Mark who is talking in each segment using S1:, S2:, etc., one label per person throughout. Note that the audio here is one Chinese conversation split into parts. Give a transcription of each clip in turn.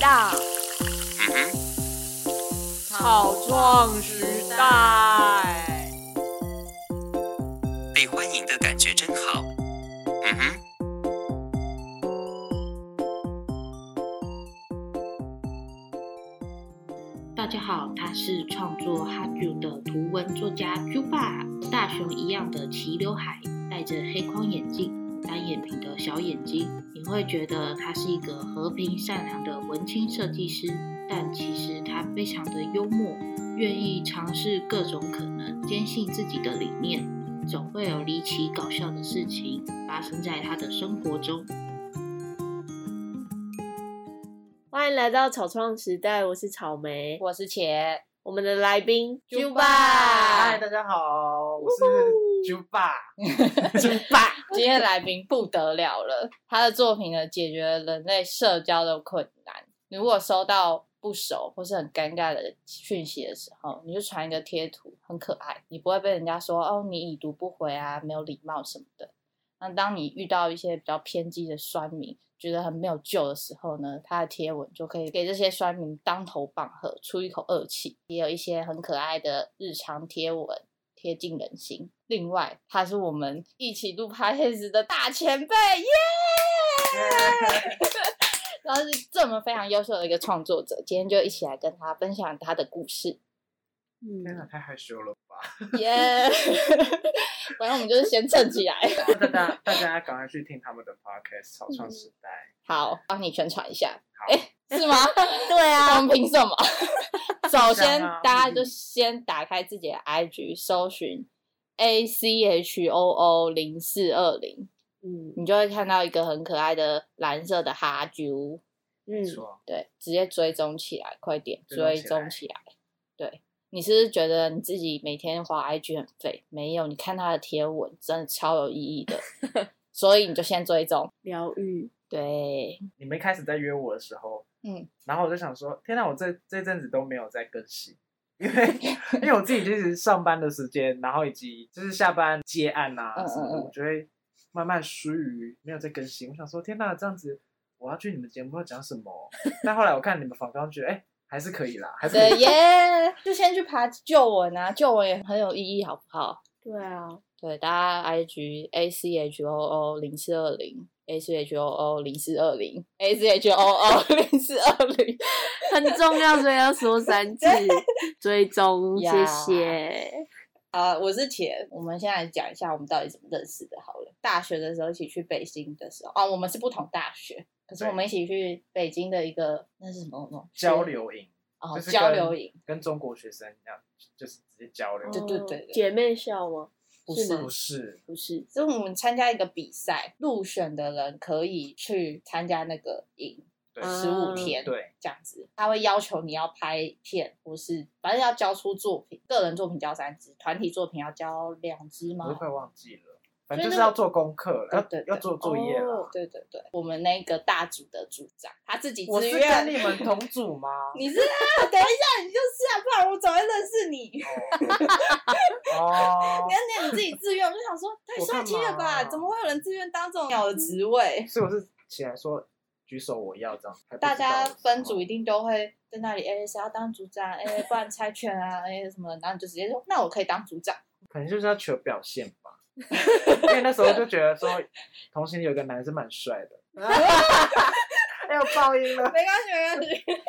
S1: 大，
S2: 嗯哼，
S1: 草创时代。
S2: 被欢迎的感觉真好。嗯哼，
S3: 大家好，他是创作哈啾的图文作家 j u b a 大熊一样的齐刘海，戴着黑框眼镜，单眼皮的小眼睛，你会觉得他是一个和平善良的文青设计师，但其实他非常的幽默，愿意尝试各种可能，坚信自己的理念，总会有离奇搞笑的事情发生在他的生活中。
S4: 欢迎来到草创时代，我是草莓。
S5: 我是茄，
S4: 我们的来宾
S5: 啾
S4: 吧
S5: 吧
S2: 嗨，大家好，我是猪爸。
S5: 今天来宾不得了了，他的作品呢解决了人类社交的困难。如果收到不熟或是很尴尬的讯息的时候，你就传一个贴图，很可爱，你不会被人家说哦你已读不回啊，没有礼貌什么的。那当你遇到一些比较偏激的酸民，觉得很没有救的时候呢，他的贴文就可以给这些酸民当头棒喝，出一口恶气。也有一些很可爱的日常贴文，贴近人心。另外，他是我们一起录 p o d c 的大前辈，耶！他是这么非常优秀的一个创作者，今天就一起来跟他分享他的故事，
S2: 天
S4: 嗯，
S2: 哪，太害羞了吧！
S5: 耶！ 反正我们就是先蹭起来，
S2: 大家大家赶快去听他们的 podcast《草创时代》
S5: 好，帮你宣传一下，
S2: 好
S5: 哎， 是吗？
S4: 对
S5: 我
S4: 啊，
S5: 们凭什么？首先
S2: 想啊，
S5: 大家
S2: 嗯
S5: 就先打开自己的 IG，搜寻 A C H O O 零四二零，
S4: 嗯
S5: 你就会看到一个很可爱的蓝色的哈啾，
S4: 嗯
S2: 没，错，
S5: 对，直接追踪起来，快点
S2: 追踪
S5: 追
S2: 起来
S5: 踪起来。对，你是不是觉得你自己每天滑 IG 很废？没有，你看他的贴文真的超有意义的，所以你就先追踪。
S4: 疗愈，
S5: 对，
S2: 你们一开始在约我的时候，
S5: 嗯，
S2: 然后我就想说，天哪，我这这阵子都没有在更新，因为 因为我自己就是上班的时间，然后以及就是下班接案啊
S5: 嗯嗯
S2: 什么的，
S5: 嗯
S2: 我就会慢慢疏于没有在更新。我想说，天哪，这样子我要去你们节目要讲什么？但后来我看你们访刚觉得，哎、还是可以啦，还是可
S5: 对
S2: 以。
S5: 耶，就先去爬旧文啊，旧文也很有意义，好不好？
S4: 对啊，
S5: 对，大家 IG A C H O O 零四二零，A C H O O 零四二零，A C H O O 零四二零，
S4: 很重要，所以要说三次追踪，
S5: 呀
S4: 谢谢。
S5: 啊，我是铁。我们现在讲一下我们到底怎么认识的，好了。大学的时候一起去北京的时候，啊，我们是不同大学，可是
S2: 对
S5: 我们一起去北京的一个那是什么活动？
S2: 交流营
S5: 哦，
S2: 就是
S5: 交
S2: 跟
S5: 流营，
S2: 跟中国学生一样，就是直接交流。
S5: 对对对对
S4: 姐妹校吗？
S5: 不
S4: 是
S5: 是
S4: 吗
S2: 不是，
S4: 不是，
S5: 就是我们参加一个比赛，入选的人可以去参加那个营，
S2: 对
S5: 十五
S4: 啊
S5: 天，
S2: 对，
S5: 这样子，他会要求你要拍片，或是反正要交出作品，个人作品交三支，团体作品要交两支吗？
S2: 我都快忘记了，反
S5: 所以
S2: 正就
S5: 那
S2: 是要
S5: 个
S2: 做功课了，要
S5: 对对对
S2: 要做作业了。
S4: 哦
S5: 对对对，我们那个大组的组长他自己
S2: 我
S5: 自
S2: 是
S5: 愿，
S2: 跟你 们同组吗？
S5: 你是啊，等一下你就是啊，不然我怎么会认识你？
S2: 哦，
S5: 你要你自己自愿，我就想说太
S2: 我干
S5: 帅气了
S2: 嘛
S5: 吧？怎么会有人自愿当这种鸟的职位？
S2: 所以我是起来说举手我要这样，还不知道
S5: 大家分组
S2: 我
S5: 一定都会在那里，哎、谁要当组长？哎、不然猜拳啊，哎、什么？然后你就直接说，那我可以当组长。
S2: 是可能就是要求表现 吧。因为那时候就觉得说，同行有个男生蛮 帅的，哎呦爆音了，
S5: 没关系，没关系。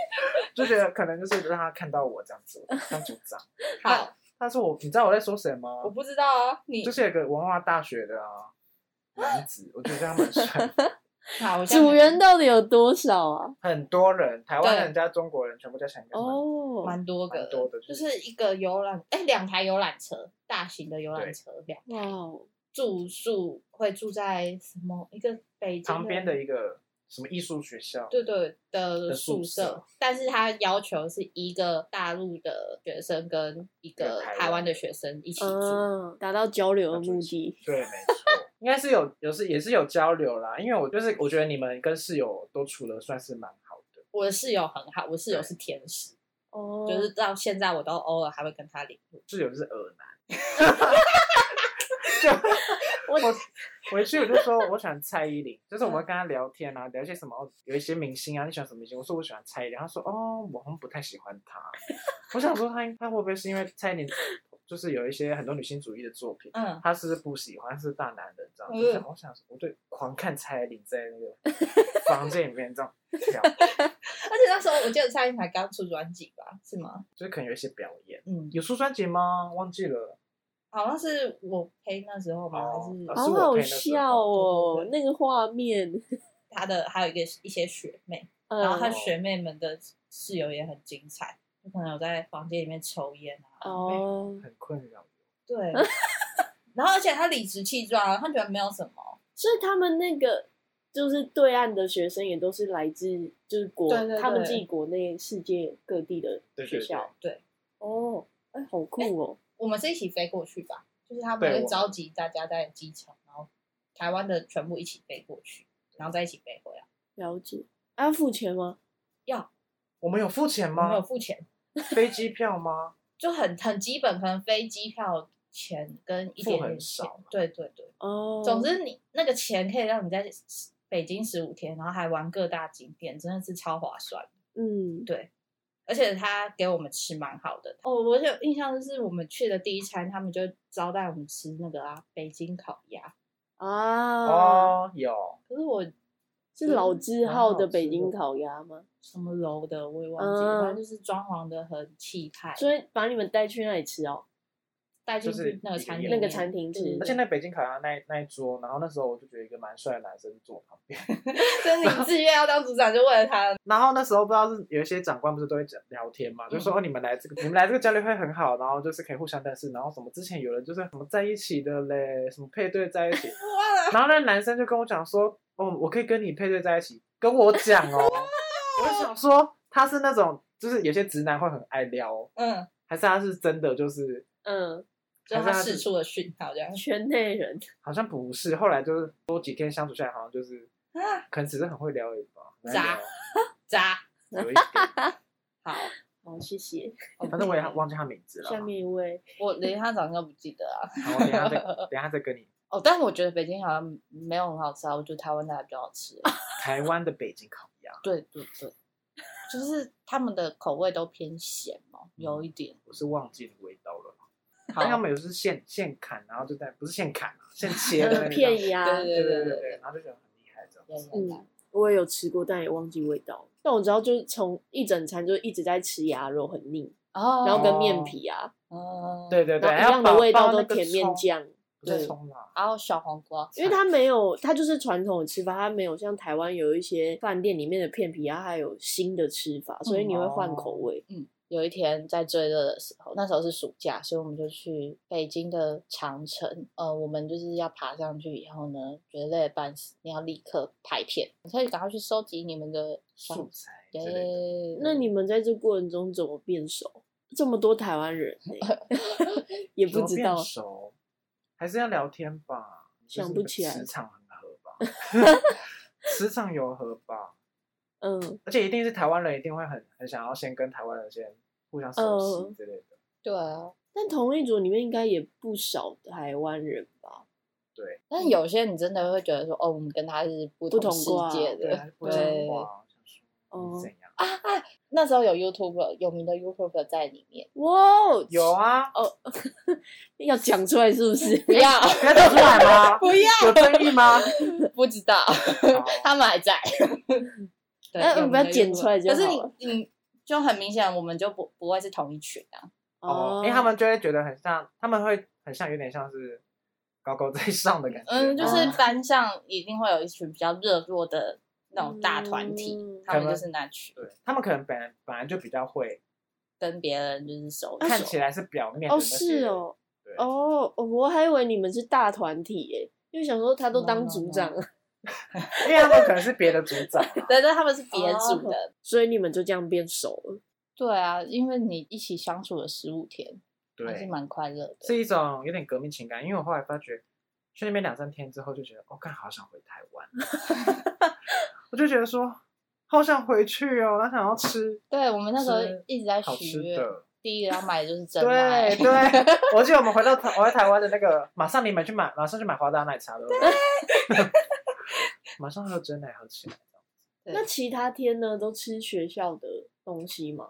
S2: 就觉得可能就是让他看到我这样子当组 长。
S5: 好，
S2: 但是我，你知道我在说谁吗
S5: 我？不知道啊，你
S2: 就是有个文化大学的啊，男子，我觉得他蛮帅 的，
S5: 好，我现在
S4: 组员到底有多少啊？
S2: 很多人，台湾
S5: 对
S2: 人加中国人全部加起来应该蛮
S4: 哦，
S5: 蛮多个
S2: 蛮多的就
S5: 就是是一个游览，哎、两台游览车，大型的游览
S2: 对
S5: 车两
S4: 哇哦，
S5: 住宿会住在什么一个北京
S2: 旁边的一个什么艺术学校，
S5: 对对的
S2: 的
S5: 宿
S2: 宿舍
S5: 舍，但是他要求是一个大陆的学生跟一
S2: 一个
S5: 个
S2: 台湾
S5: 台湾的学生一起住。
S4: 嗯，达到交流的目的，
S2: 对，没错，应该是有有是也是有交流啦，因为我就是我觉得你们跟室友都处的算是蛮好的，
S5: 我的室友很好，我室友
S2: 对
S5: 是天使，
S4: 哦，
S5: 就是到现在我都偶尔还会跟他联络。
S2: 室友就是耳男，我回去我就说我喜欢蔡依林，就是我们跟她聊天啊，聊一些什么，哦有一些明星啊，你喜欢什么明星？我说我喜欢蔡依林，她说哦，我好像不太喜欢她。我想说她她会不会是因为蔡依林就是有一些很多女性主义的作品，
S5: 嗯，
S2: 她是不是不喜欢是大男人这样？
S5: 嗯
S2: 我想我想我对狂看蔡依林在那个房间里面这样跳，
S5: 而且那时候我记得蔡依林才刚出专辑吧，是吗？
S2: 就是可能有一些表演。
S5: 嗯，
S2: 有出专辑吗？忘记了。
S5: 好像是我陪那时候吗？
S2: 哦
S5: 还
S2: 啊
S4: 好
S5: 是
S2: 是我
S4: 好
S2: 配的时
S4: 笑
S2: 候
S4: 哦，那个画面，
S5: 他的还有一个一些学妹，然后他
S2: 哦
S4: 嗯，
S5: 学妹们的室友也很精彩，就可能有在房间里面抽烟啊。
S4: 哦，
S2: 很困扰。
S5: 对，然后而且他理直气壮啊，他觉得没有什么。
S4: 所以他们那个就是对岸的学生也都是来自就是国
S5: 对对对
S4: 他们自己国内世界各地的
S2: 对对
S4: 学
S2: 对
S4: 校。
S5: 对
S4: 哦，哎、好酷哦！
S5: 我们是一起飞过去吧，就是他们
S2: 对
S5: 会
S2: 我
S5: 召集大家在机场，然后台湾的全部一起飞过去，然后再一起飞回来。
S4: 了解。啊，要付钱吗？
S2: 我们有付钱
S5: 我们有
S2: 吗？
S5: 付钱，
S2: 飞机票吗？
S5: 就很很基本，可能飞机票钱跟一
S2: 付
S5: 点
S2: 很
S5: 点
S2: 少
S5: 钱。对对对，
S4: 哦，
S5: 总之你那个钱可以让你在北京十五天，然后还玩各大景点，真的是超划算。
S4: 嗯，
S5: 而且他给我们吃蛮好的哦，我有印象就是我们去的第一餐，他们就招待我们吃那个啊北京烤鸭，
S4: 啊，
S2: 哦，有。
S5: 可是我
S4: 是老
S5: 嗯
S4: 字号的
S2: 蛮好吃的
S4: 北京烤鸭吗？
S5: 什么楼的我也忘记
S4: 嗯
S5: 了，反正就是装潢的很气派，
S4: 所以把你们带去那里吃哦，
S5: 带进
S2: 就是
S5: 去那个餐厅，
S4: 那个餐 厅吃
S5: 对对对
S2: 而且那北京烤鸭那一那一桌，然后那时候我就觉得一个蛮帅的男生坐我旁边，
S5: 真的你自愿要当组长就为了他，
S2: 然后那时候不知道是有一些长官不是都会讲聊天嘛，就说、哦你们来这个你们来这个交流会很好，然后就是可以互相认识，然后什么之前有人就是什么在一起的嘞， 什么配对在一起，然后那男生就跟我讲说哦我可以跟你配对在一起，跟我讲哦，我就想说他是那种就是有些直男会很爱撩，
S5: 嗯，
S2: 还是他是真的就是
S4: 嗯，
S5: 就
S2: 还是
S5: 他
S2: 他
S5: 试
S2: 是
S5: 出了讯号这样
S4: 圈内人，
S2: 好像不是，后来就是多几天相处下来好像就是
S5: 啊，
S2: 可能只是很会撩而已吧，很爱
S5: 渣
S2: 撩
S5: 渣
S2: 有 一点，
S5: 好，
S4: 好，谢谢。
S2: 反正我也忘记他名字
S5: 啊
S2: 了。
S4: 下面一位，
S5: 我连他长相都不记得啊，
S2: 好，我等一 下再等一下再跟你。
S5: 哦，但我觉得北京好像没有很好吃啊，我觉得台湾的还比较好吃。欸
S2: 台湾的北京烤鸭，
S5: 对对对，就是他们的口味都偏咸嘛，
S4: 嗯
S5: 有一点。
S2: 我是忘记味道了。
S5: 好
S2: 好，他们有是现现砍，然后就在不是现砍啊，现切的那
S4: 呃，
S2: 个。
S4: 片鸭，
S5: 对对对对
S2: 对对对
S5: 对
S2: 对，然后就觉得很厉害这样
S5: 对
S2: 子。
S5: 对对
S4: 嗯，我也有吃过，但也忘记味道。但我知道，就是从一整餐就一直在吃鸭肉，很腻，
S5: 哦
S4: 然后跟面皮啊，
S5: 嗯，
S2: 对，对对，
S4: 然后一样的
S2: 还要
S4: 味道
S2: 爆
S4: 都
S2: 那个
S4: 甜面
S2: 葱，
S4: 酱，
S2: 不是
S4: 对
S2: 葱啦，
S5: 然后小黄瓜，
S4: 因为它没有，它就是传统的吃法，它没有像台湾有一些饭店里面的片皮鸭，还有新的吃法，所以你会换口
S2: 嗯哦
S4: 味。
S5: 有一天在最热的时候，那时候是暑假，所以我们就去北京的长城。呃，我们就是要爬上去以后呢，觉得累得半死，你要立刻拍片，所以赶快去收集你们的
S2: 素材之
S5: 耶
S2: 类的。
S4: 那你们在这过程中怎么变熟？这么多台湾人 欸、也
S2: 怎
S4: 不
S2: 么
S4: 知
S2: 变
S4: 道，
S2: 熟，还是要聊天吧。就是
S4: 想不起来
S2: 磁场很合吧？ 磁场有合吧？
S4: 嗯，
S2: 而且一定是台湾人，一定会很很想要先跟台湾人先互相熟悉
S4: 嗯
S2: 之类的。
S5: 对啊，
S4: 但同一组里面应该也不少台湾人吧？
S2: 对，
S5: 但有些你真的会觉得说，哦，我们跟他是嗯不
S4: 不
S5: 同啊
S4: 同
S5: 世
S4: 挂
S5: 界
S2: 对，啊
S5: 的
S2: 还，不讲话，想说你
S4: 哦
S2: 怎样？
S5: 那时候有 YouTube 有名的 YouTube 在里面，
S4: 哇，哦
S2: 有啊，
S4: 要讲出来是不是？
S5: 不要
S2: 不要讲出来吗？
S5: 不 要，
S2: 有争议吗？
S5: 不知道，他们还在。对
S4: 那我们不要
S5: 有名的
S4: 剪出来
S5: YouTuber
S4: 就
S5: 可是
S4: 好了
S5: 你你就很明显，我们就不不会是同一群啊。
S2: 哦，因为他们就会觉得很像，他们会很像，有点像是高高在上的感觉。
S5: 嗯，就是
S4: 哦
S5: 班上一定会有一群比较热络的那种大团体，
S4: 嗯
S5: 他们就是那群
S2: 对，他们可能本来本来就比较会，
S5: 跟别人就是熟
S4: 那
S2: 看
S5: 熟
S2: 起来是表面的
S4: 哦，
S2: 那些
S4: 是
S2: 人，
S4: 哦，
S2: 对，
S4: 哦，我还以为你们是大团体耶，因为想说他都
S5: No,
S4: 当
S5: no,
S4: 组
S5: no.
S4: 长，
S2: 因为他们可能是别的组长啊，
S5: 对对，他们是别组的。
S4: 所以你们就这样变熟了。
S5: 对啊，因为你一起相处了十五天，还是
S2: 对，
S5: 蛮快乐的。
S2: 是一种有点革命情感。因为我后来发觉，去那边两三天之后，就觉得，哦，看好想回台湾，我就觉得说，好想回去哦，我想要吃
S5: 对，我们那时候
S2: 吃
S5: 一直在
S2: 好
S5: 许
S2: 吃
S5: 愿，
S2: 的，
S5: 第一个要买的就是真爱
S2: 对。对，我记得我们回到台我在台湾的那个，马上你们去买，马上去买华达奶茶了， 马上喝真奶喝起来。
S5: 对
S4: 那其他天呢，都吃学校的东西吗？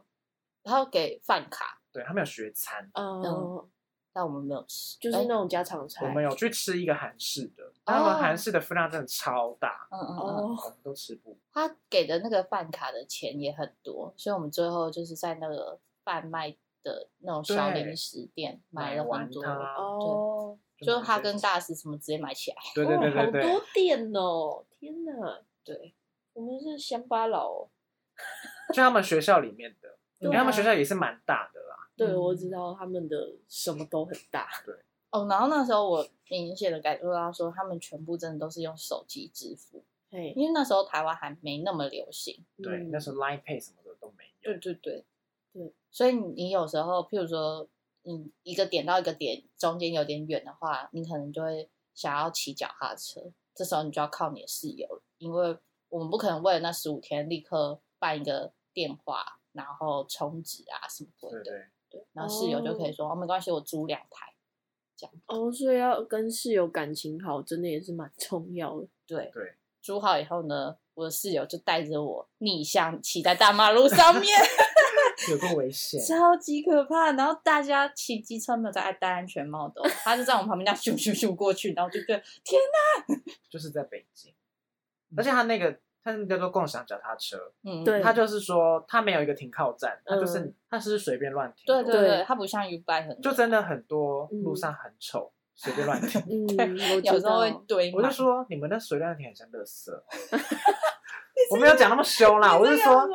S5: 然后给饭卡，
S2: 对他们有学餐，
S4: 嗯，
S5: 但我们没有吃，
S4: 就是
S5: 哎
S4: 那种家常菜。
S2: 我们有去吃一个韩式的，他
S5: 哦
S2: 们韩式的分量真的超大，
S5: 嗯嗯嗯，
S4: 哦，
S2: 我们都吃不完。
S5: 他给的那个饭卡的钱也很多，所以我们最后就是在那个贩卖的那种小
S2: 对
S5: 零食店买了
S2: 完
S5: 很多，
S2: 它
S4: 哦，
S5: 就是他跟
S2: 买
S5: 大师什么直接买起来。
S2: 对对对对
S4: 哦好
S2: 对，
S4: 多店哦！天哪，
S5: 对，
S4: 我们是乡巴佬哦。
S2: 就他们学校里面的，因
S4: 对
S2: 为他们
S4: 啊
S2: 学校也是蛮大的啦。
S4: 对，
S5: 嗯
S4: 我知道他们的什么都很大。
S5: 哦，然后那时候我明显的感受到说，他们全部真的都是用手机支付，
S4: 嘿，
S5: 因为那时候台湾还没那么流行。
S2: 对，
S4: 嗯
S2: 那时候 Line Pay 什么的都没有
S5: 对。对对
S4: 对，
S5: 所以你你有时候，譬如说，你一个点到一个点中间有点远的话，你可能就会想要骑脚踏车，这时候你就要靠你的室友了，因为我们不可能为了那十五天立刻办一个电话，然后充值啊什么鬼
S2: 对
S5: 的，
S2: 对，
S5: 对，然后室友就可以说哦没关系，我租两台，
S4: 哦，所以要跟室友感情好，真的也是蛮重要的。
S5: 对
S2: 对，
S5: 租好以后呢，我的室友就带着我逆向骑在大马路上面。
S2: 有个危险。
S5: 超级可怕。然后大家骑机车没有在爱戴安全帽的哦、 他就在我旁边这样咻咻咻过去，然后我就觉得天哪，
S2: 就是在北京，而且他那个他那个叫做共享脚踏车，
S5: 嗯，
S4: 对
S2: 他就是说他没有一个停靠站，他就是
S4: 嗯
S2: 他是随便乱停，
S5: 对对
S4: 对
S5: 对，他不像 U b i 很
S2: 就真的很多
S4: 嗯
S2: 路上很丑，随便 乱停。
S4: 嗯，我
S5: 有
S4: 知
S5: 时候会
S4: 道。
S5: 堆
S2: 我
S5: 满
S2: 就。说你们那随便乱停很像垃 圾，我没有讲那么凶啦，我是说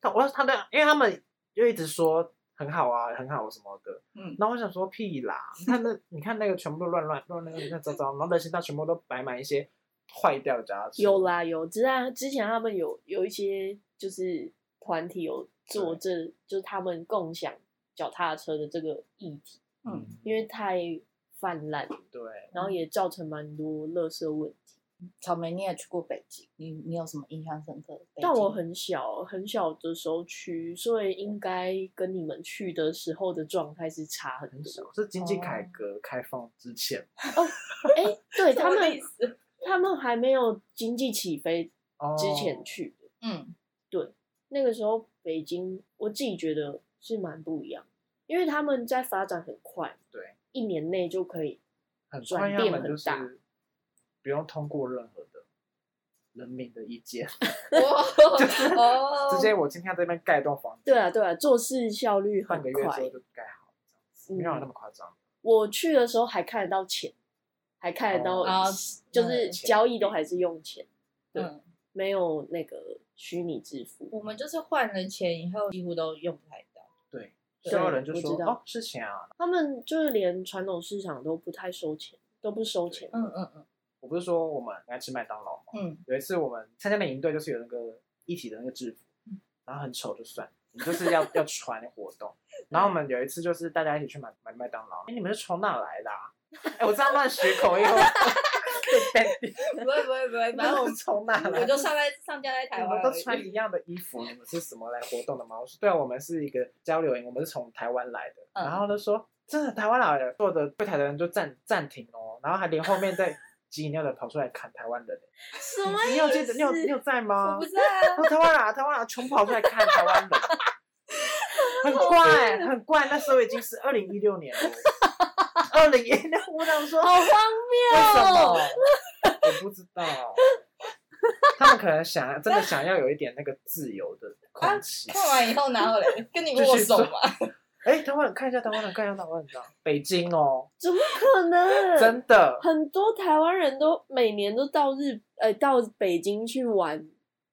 S2: 他我他的，因为他们就一直说很好啊，很好什么的。
S5: 嗯
S2: 然后我想说屁啦，你看那你看那个全部都乱乱乱乱乱糟糟，然后人行道全部都摆满一些坏掉的脚踏车。
S4: 有啦有，之前之前他们有有一些就是团体有做这，就是他们共享脚踏车的这个议题，
S5: 嗯，
S4: 因为太泛滥，
S2: 对，
S4: 然后也造成蛮多垃圾问题。
S5: 草莓你也去过北京，你你有什么印象深刻的北京？
S4: 但我很小很小的时候去，所以应该跟你们去的时候的状态是差很
S2: 很
S4: 多。
S2: 少是经济改
S4: 哦
S2: 革开放之前
S4: 哎、对他
S5: 什么
S4: 们
S5: 意思
S4: 他们还没有经济起飞
S2: 哦
S4: 之前去的，
S5: 嗯
S4: 那个时候北京我自己觉得是蛮不一样，因为他们在发展很快，
S2: 对，
S4: 一年内就可以
S2: 很
S4: 转
S2: 快，他
S4: 变
S2: 们
S4: 很
S2: 就
S4: 大
S2: 是不用通过任何的人民的意见，
S5: 哦
S2: 直接我今天在这边盖一栋房子，
S4: 对啊，对啊，做事效率很
S2: 半个月之
S4: 快嗯
S2: 后。就盖好，这样子没有那么夸张。
S4: 我去的时候还看得到钱，还看得到，
S2: 哦
S5: 啊
S4: 就是
S5: 嗯
S4: 交易都还是用钱，
S5: 嗯，
S4: 没有那个虚拟支付。
S5: 我们就是换了钱以后，几乎都用不太到。
S2: 对，
S5: 对
S2: 所有人就
S4: 我
S2: 说
S4: 知道
S2: 哦，是钱啊，
S4: 他们就是连传统市场都不太收钱，都不收钱。
S5: 嗯嗯嗯
S2: 我不是说我们来吃麦当劳吗？
S5: 嗯，
S2: 有一次我们参加的营队就是有那个一体的那个制服，然后很丑就算了，我们就是要要穿活动。然后我们有一次就是大家一起去买买麦当劳，哎，你们是从哪来的、啊？ 哎，我这样乱学口 音，我哦就被定。
S5: 不会不会不 会，
S2: 然后从哪来？
S5: 上在上架在
S2: 你们都穿一样的衣服，你们是什么来活动的吗？我说对啊，我们是一个交流营，我们是从台湾来的。
S5: 嗯
S2: 然后他说真的台湾来的，坐的柜台的人就暂暂停哦，然后还连后面在挤饮料的跑出来砍台湾人。欸
S4: 什
S2: 你有记得你有你有在吗？
S5: 知道啊。
S2: 他说台湾人啊，台湾人啊全部跑出来看台湾人，很怪很怪。那时候已经是二零一六年了，二零一六，我想说
S5: 好荒
S2: 为什么
S5: 谬！？
S2: 我不知道。他们可能想要真的想要有一点那个自由的空气。
S5: 看完以后然后嘞， 跟你
S2: 继续
S5: 握手
S2: 做
S5: 嘛。
S2: 哎，台湾人看一下，台湾人看一下，台湾人这样北京哦，
S4: 怎么可能？
S2: 真的，
S4: 很多台湾人都每年都到日呃到北京去玩，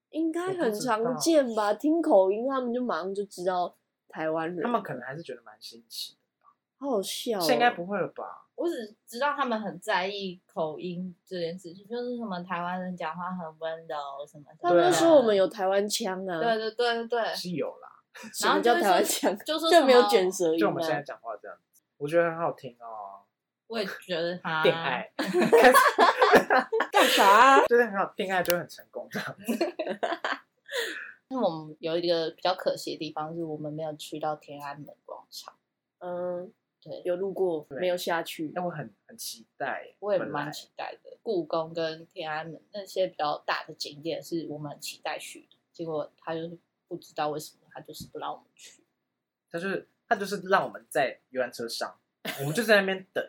S4: 应该很常见吧？听口音他们就马上就知道台湾人，
S2: 他们可能还是觉得蛮新奇的。
S4: 好好笑、哦。
S2: 现在应该不会了吧？
S5: 我只知道他们很在意口音这件事情，就是什么台湾人讲话很温柔什么的。
S4: 他们
S2: 对
S4: 就
S2: 啊
S4: 说我们有台湾腔啊，
S5: 对对对对对，
S2: 是有啦，
S4: 什
S5: 然后
S4: 么
S5: 就
S4: 叫
S5: 会
S4: 台湾
S5: 说
S4: 腔？
S5: 就说什
S4: 就
S5: 么
S4: 没有卷，舌音
S2: 就我们现在
S4: 啊。
S2: 讲话这样子，我觉得很好听哦。
S5: 我也觉得他
S2: 恋爱，
S4: 干啥？
S2: 就是很好，恋爱就会很成功这样子。
S5: 有一个比较可惜的地方是我们没有去到天安门广场。
S4: 嗯，
S5: 对
S4: 有路过，
S2: 对
S4: 没有下去。
S2: 但我很很期待，
S5: 我也
S2: 本来
S5: 蛮期待的。故宫跟天安门那些比较大的景点是我们很期待去的，结果他就是不知道为什么他就是不让我们去。
S2: 他就是他就是让我们在游览车上，我们就在那边等。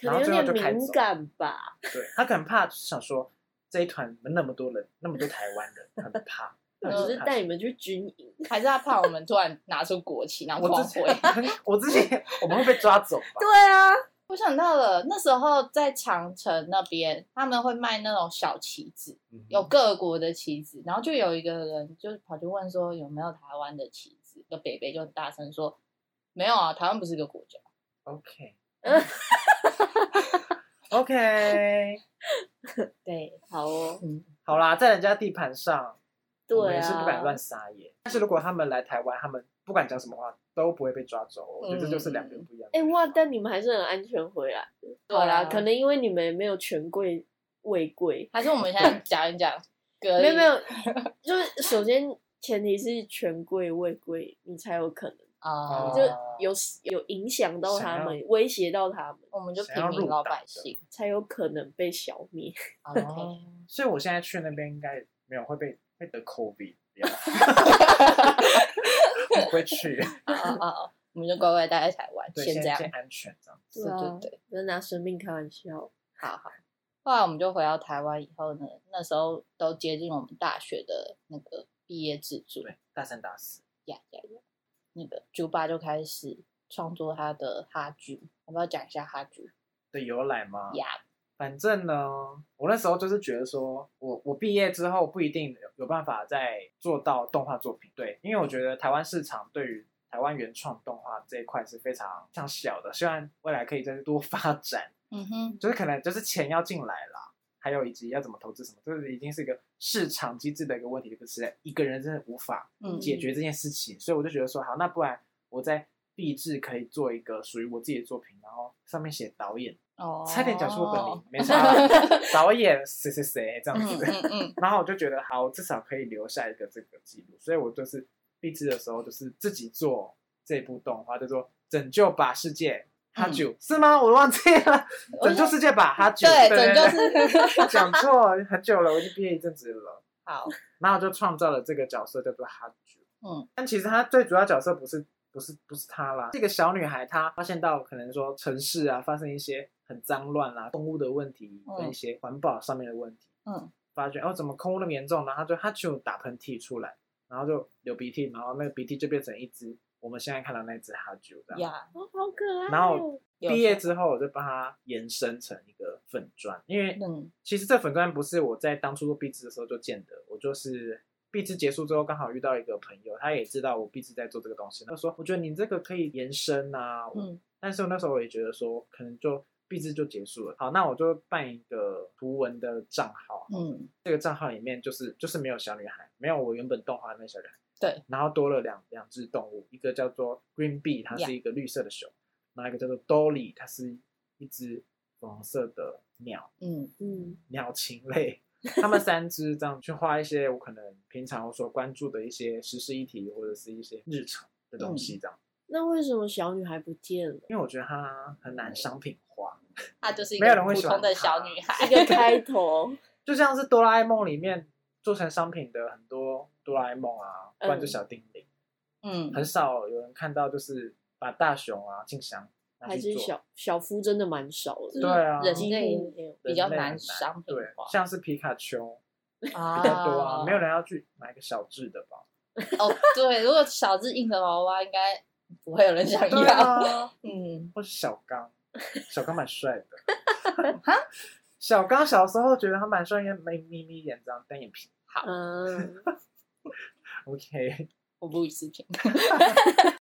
S4: 可能有
S2: 然后最后就开
S4: 点
S2: 走
S4: 敏感吧，
S2: 对他可能怕想说这一团那么多人，那么多台湾人，很怕。
S5: 嗯
S4: 只是
S2: 很怕
S4: 带你们去军营，
S5: 还是他怕我们突然拿出国旗，然后
S2: 我
S5: 狂
S2: 自己
S5: 挥。，
S2: 我自己，我们会被抓走吧？
S5: 我想到了，那时候在长城那边，他们会卖那种小旗子，
S2: 嗯
S5: 有各国的旗子，然后就有一个人就跑去问说有没有台湾的旗子，那北北就很大声说没有啊，台湾不是一个国家。
S2: OK。OK，
S5: 对，
S4: 好哦。
S5: 嗯，
S2: 好啦，在人家地盘上，我们
S4: 对
S2: 也是不敢
S4: 啊
S2: 乱，撒野。但是如果他们来台湾，他们不管讲什么话，都不会被抓走。我觉得这就是两个不一样的
S4: 哎、
S2: 地方。
S4: 哇！但你们还是很安全回来。好啦，
S5: 对啊
S4: 可能因为你们也没有权贵位贵，
S5: 还是我们 现在讲一讲隔离，
S4: 没有没有，就是首先前提是权贵位贵，你才有可能
S5: 啊，
S2: 哦
S4: 就有有影响到他
S2: 想
S4: 们，威胁到他们，
S5: 我们就
S2: 想
S5: 平
S2: 要
S5: 民
S2: 入
S5: 老
S2: 党
S5: 百
S2: 的
S5: 姓。
S4: 才有可能被消灭。
S5: OK，
S2: 哦
S5: 哦
S2: 所以我现在去那边应该没有会被会得 COVID，不要 我不会去。
S5: 啊啊啊啊！我们就乖乖待在台湾，
S2: 对，
S5: 先
S2: 现
S5: 这
S2: 在
S5: 样。
S2: 先安全这样。
S5: 对对对，
S4: 不要拿生命开玩笑。
S5: 好好。后来我们就回到台湾以后呢，那时候都接近我们大学的那个毕业制作，
S2: 对，大三大四，
S5: 呀呀呀，那个酒吧就开始创作他的哈剧，要不要讲一下哈剧？
S2: 对由来吗？
S5: 呀，
S2: 反正呢，我那时候就是觉得说，我我毕业之后不一定有有办法再做到动画作品，对，因为我觉得台湾市场对于台湾原创动画这一块是非常非常小的，虽然未来可以再多发展，
S5: 嗯哼，
S2: 就是可能就是钱要进来啦，还有以及要怎么投资什么，这已经是一个市场机制的一个问题，这个实在一个人真的无法
S5: 嗯
S2: 解决这件事情，所以我就觉得说，好，那不然我在毕制可以做一个属于我自己的作品，然后上面写导演。
S5: 哦，
S2: 差点讲出我本名，没 啥啦，导演谁谁谁这样
S5: 嗯
S2: 子，
S5: 嗯嗯，
S2: 然后我就觉得好，至少可以留下一个这个记录，所以我就是毕制的时候就是自己做这部动画，叫做《拯救吧世界》。哈九是吗？我忘记了，
S5: 嗯我
S2: 拯救世界吧，哈九。
S5: 对
S2: 对
S5: 拯
S2: 对对讲错了，很久了，我已经毕业一阵子了。
S5: 好，
S2: 然后我就创造了这个角色，叫做哈九。
S5: 嗯，
S2: 但其实她最主要角色不是不是不是她啦，这个小女孩她发现到可能说城市啊发生一些很脏乱啦、动物的问题
S5: 嗯
S2: 跟一些环保上面的问题，
S5: 嗯，
S2: 发觉哦怎么空污那么严重，然后她就她就打喷嚏出来，然后就流鼻涕，然后那个鼻涕就变成一只我们现在看到那只哈啾这
S5: 嗯
S2: 样。
S5: 呀，
S4: 哦，好可爱、哦。
S2: 然后
S5: 有
S2: 啊毕业之后，我就帮她延伸成一个粉砖，因为
S5: 嗯
S2: 其实这粉砖不是我在当初做壁纸的时候就建的，我就是壁纸结束之后刚好遇到一个朋友，他也知道我壁纸在做这个东西，他说我觉得你这个可以延伸啊，
S5: 嗯
S2: 但是我那时候我也觉得说可能就壁纸就结束了，好，那我就办一个图文的账号，
S5: 嗯，
S2: 这个账号里面就是就是没有小女孩，没有我原本动画的那小女孩，
S5: 对，
S2: 然后多了两两只动物，一个叫做 Green Bee，它
S5: Yeah
S2: 是一个绿色的熊，然后一个叫做 Dolly，它是一只粉红色的鸟。
S5: 嗯
S4: 嗯，
S2: 鸟禽类，他们三只这样去画一些我可能平常所关注的一些时事议题或者是一些日常的东西这样，
S4: 那为什么小女孩不见 了？
S2: 因为我觉得它很难商品化，
S5: 她就是一
S2: 没有
S5: 个
S2: 人会
S5: 普
S2: 喜欢
S5: 通的
S2: 她
S5: 小女 孩
S4: 一，个开头，
S2: 就像是哆啦 A 梦里面做成商品的很多哆啦 A 梦啊，
S4: 嗯
S2: 关注小精灵，
S5: 嗯，
S2: 很少有人看到就是把大雄啊、静香拿
S4: 还
S2: 去
S4: 是
S2: 做。
S4: 小小夫真的蛮少的，
S2: 对啊
S5: 人
S4: 几
S5: 类
S4: 乎没有。
S5: 比较
S2: 人类很
S5: 难商品
S2: 对
S5: 化，
S2: 像是皮卡丘
S5: 啊
S2: 比较多啊，没有人要去买一个小智的 吧？
S5: 哦，对，如果小只硬的娃娃，应该不会有人想
S2: 对
S5: 要。
S2: 啊，
S5: 嗯，
S2: 或是小刚，小刚蛮帅的。 小刚小时候觉得他蛮帅，因为没眯眯眼这样单眼皮。
S4: 嗯，
S2: OK，
S5: 我不予置评。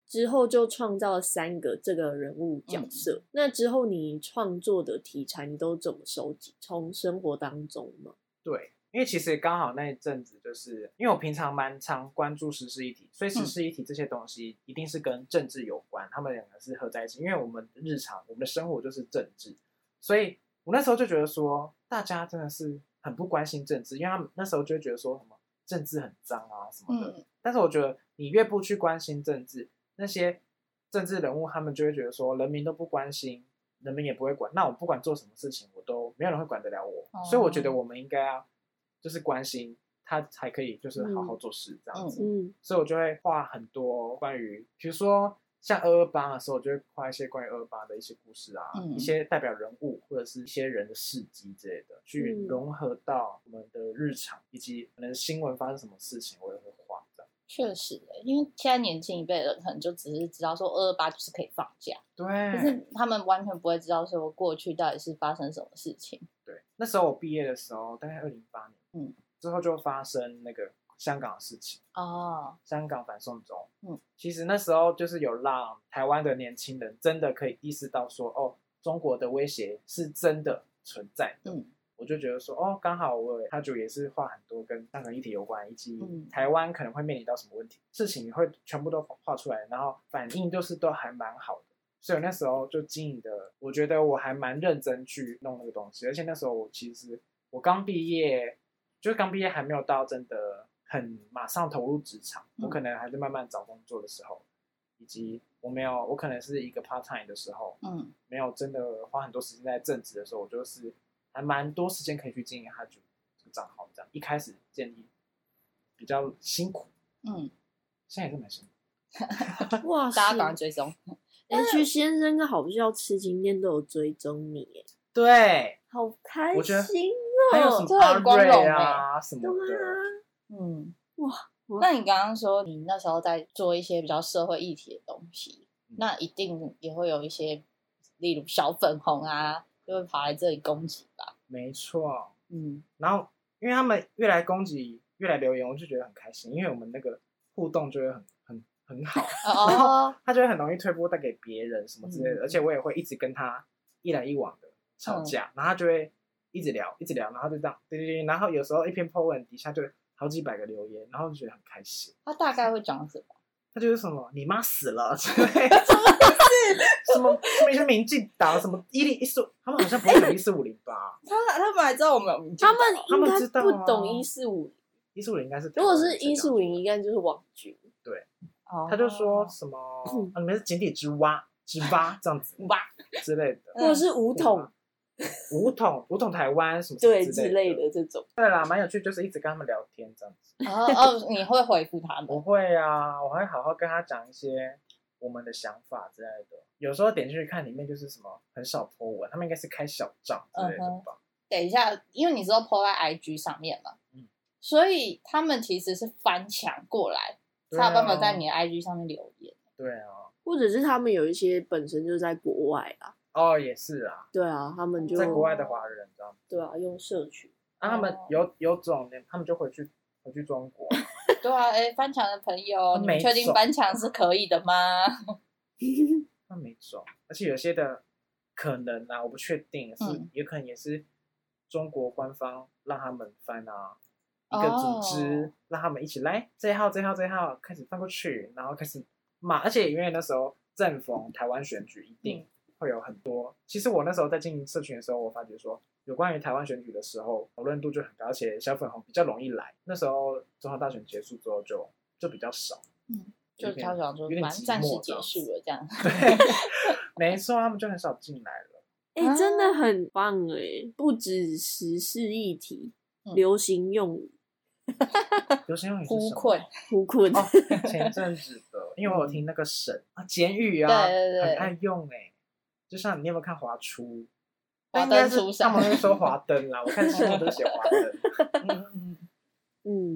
S4: 之后就创造了三个这个人物角
S2: 嗯
S4: 色。那之后你创作的题材你都怎么收集？从生活当中 吗？
S2: 对，因为其实刚好那一阵子，就是因为我平常蛮常关注时事议题，所以时事议题这些东西一定是跟政治有关，他们两个是合在一起。因为我们的日常，我们的生活就是政治，所以我那时候就觉得说，大家真的是很不关心政治，因为他们那时候就会觉得说什么政治很脏啊什么的。
S5: 嗯
S2: 但是我觉得你越不去关心政治，那些政治人物他们就会觉得说，人民都不关心，人民也不会管，那我不管做什么事情，我都没有人会管得了我，
S5: 哦
S2: 所以我觉得我们应该要就是关心他，才可以就是好好做事这样子。
S4: 嗯
S2: 所以我就会画很多关于，比如说像二二八的时候，我就会画一些关于二二八的一些故事啊，
S5: 嗯
S2: 一些代表人物或者是一些人的事迹之类的，去
S4: 嗯
S2: 融合到我们的日常以及可能新闻发生什么事情，我也会画这样。
S5: 确实欸、因为现在年轻一辈的人可能就只是知道说二二八就是可以放假，可
S2: 对，
S5: 是他们完全不会知道说过去到底是发生什么事情。
S2: 对，那时候我毕业的时候，大概二零八年，
S5: 嗯，
S2: 之后就发生那个香港的事情。
S5: 哦，
S2: 香港反送中，
S5: 嗯，
S2: 其实那时候就是有让台湾的年轻人真的可以意识到说，哦，中国的威胁是真的存在的。
S5: 嗯，
S2: 我就觉得说，哦，刚好我他就也是画很多跟香港议题有关，以及
S5: 嗯
S2: 台湾可能会面临到什么问题，事情会全部都画出来，然后反应就是都还蛮好的。所以我那时候就经营的，我觉得我还蛮认真去弄那个东西，而且那时候我其实我刚毕业，就是刚毕业还没有到真的很马上投入职场，
S5: 嗯
S2: 我可能还是慢慢找工作的时候，以及我没有，我可能是一个 part time 的时候，
S5: 嗯，
S2: 没有真的花很多时间在正职的时候，我就是还蛮多时间可以去经营哈就这个账号，这样一开始建立比较辛苦，
S5: 嗯，
S2: 现在也是蛮辛苦。
S4: 哇塞！
S5: 大家赶快追踪。
S4: H 先生跟好笑吃惊店都有追踪你耶，
S2: 对，
S4: 好开
S2: 我觉得
S4: 心
S2: 还有什
S4: 哦！
S2: 么
S5: 这
S2: 阿
S5: 很光荣欸
S2: 瑞啊什么
S4: 对
S2: 的，
S4: 啊，
S5: 嗯，
S4: 哇哇
S5: 那你刚刚说你那时候在做一些比较社会议题的东西，那一定也会有一些，例如小粉红啊，就会跑来这里攻击吧。
S2: 没错。
S5: 嗯，
S2: 然后因为他们越来攻击，越来留言，我就觉得很开心，因为我们那个互动就会很很很好，
S5: 哦，
S2: 他就会很容易推波带给别人什么之类的，
S5: 嗯
S2: 而且我也会一直跟他一来一往的
S4: 嗯
S2: 吵架，然后他就会一直聊一直聊，然后就这样对对对，然后有时候一篇 po 文底下就好几百个留言，然后就觉得很开心。
S5: 他大概会讲什么？
S2: 他就是什么你妈死了之 类的，什么什么一些民进党什么一零一四，他们好像不会有一四五零吧？
S5: 他他本来知道我们有民进
S4: 他
S5: 党
S4: 们
S2: 他们知
S4: 应
S2: 道
S4: 该
S2: 啊
S4: 不懂一四五零，
S2: 一四五零应该是
S4: 如果
S2: 台湾
S4: 是
S2: 人这样
S4: 一四五零，应该就是网剧。
S2: 嗯
S5: 哦
S2: 他就说什么、 啊、你们是井底之蛙、之蛙这样子
S5: 哇，
S2: 之类的，
S4: 或者是五桶，
S2: 五 统五统台湾什么什么
S4: 对
S2: 之
S4: 之类。
S2: 类
S4: 的这种，
S2: 对啦，蛮有趣，就是一直跟他们聊天这样子。
S5: 哦哦，你会回复
S4: 嗯
S5: 他
S2: 我
S5: 们？
S2: 会啊，我会好好跟他讲一些我们的想法之类的。有时候点进去看，里面就是什么很少 po 文，他们应该是开小账之类的
S4: 嗯
S2: 吧？
S5: 等一下，因为你说 PO 在 IG 上面嘛，
S2: 嗯
S5: 所以他们其实是翻墙过来，
S2: 对啊
S5: 才有办法在你的 IG 上面留 言。
S2: 对啊，
S4: 或者是他们有一些本身就在国外啊，
S2: 哦也是啊，
S4: 对啊，他们就
S2: 在国外的华人这样子，
S4: 对啊，用社群，
S2: 啊他
S4: 哦
S2: 们有有种呢，他们就回去回去中国，
S5: 对啊，哎，翻墙的朋友，你
S2: 没
S5: 们确定
S2: 种
S5: 翻墙是可以的 吗？
S2: 那没种，而且有些的可能啊，我不确定，是、
S5: 嗯
S2: 也可能也是中国官方让他们翻啊，一个组织、
S5: 哦
S2: 让他们一起来这一号这一号这一号开始翻过去，然后开始骂，而且因为那时候正逢台湾选举，一
S5: 嗯
S2: 定会有很多。其实我那时候在经营社群的时候，我发觉说。有关于台湾选举的时候，讨论度就很高，而且小粉红比较容易来。那时候中华大选结束之后就，就比较少。
S5: 就是他想说
S2: 有，点
S5: 反正暂
S2: 寂
S5: 时
S2: 寞
S5: 结束了这样。
S2: 没错，他们就很少进来了。
S4: 哎、
S5: 啊
S4: 真的很棒哎、不止时事议题，
S5: 嗯
S4: 流行用语，
S2: 流行用语是
S5: 呼
S2: 什么
S5: 困，
S4: 胡困，
S2: 哦， 前阵子的，因为我有听那个神啊，简语啊，
S5: 嗯对对对
S2: 很爱用哎、就像你有没有看华出？
S5: 华
S2: 但应该
S5: 灯
S2: 是
S5: 初
S2: 他
S5: 上
S2: 们 会说华灯啦，我看新闻都写华灯。嗯嗯嗯，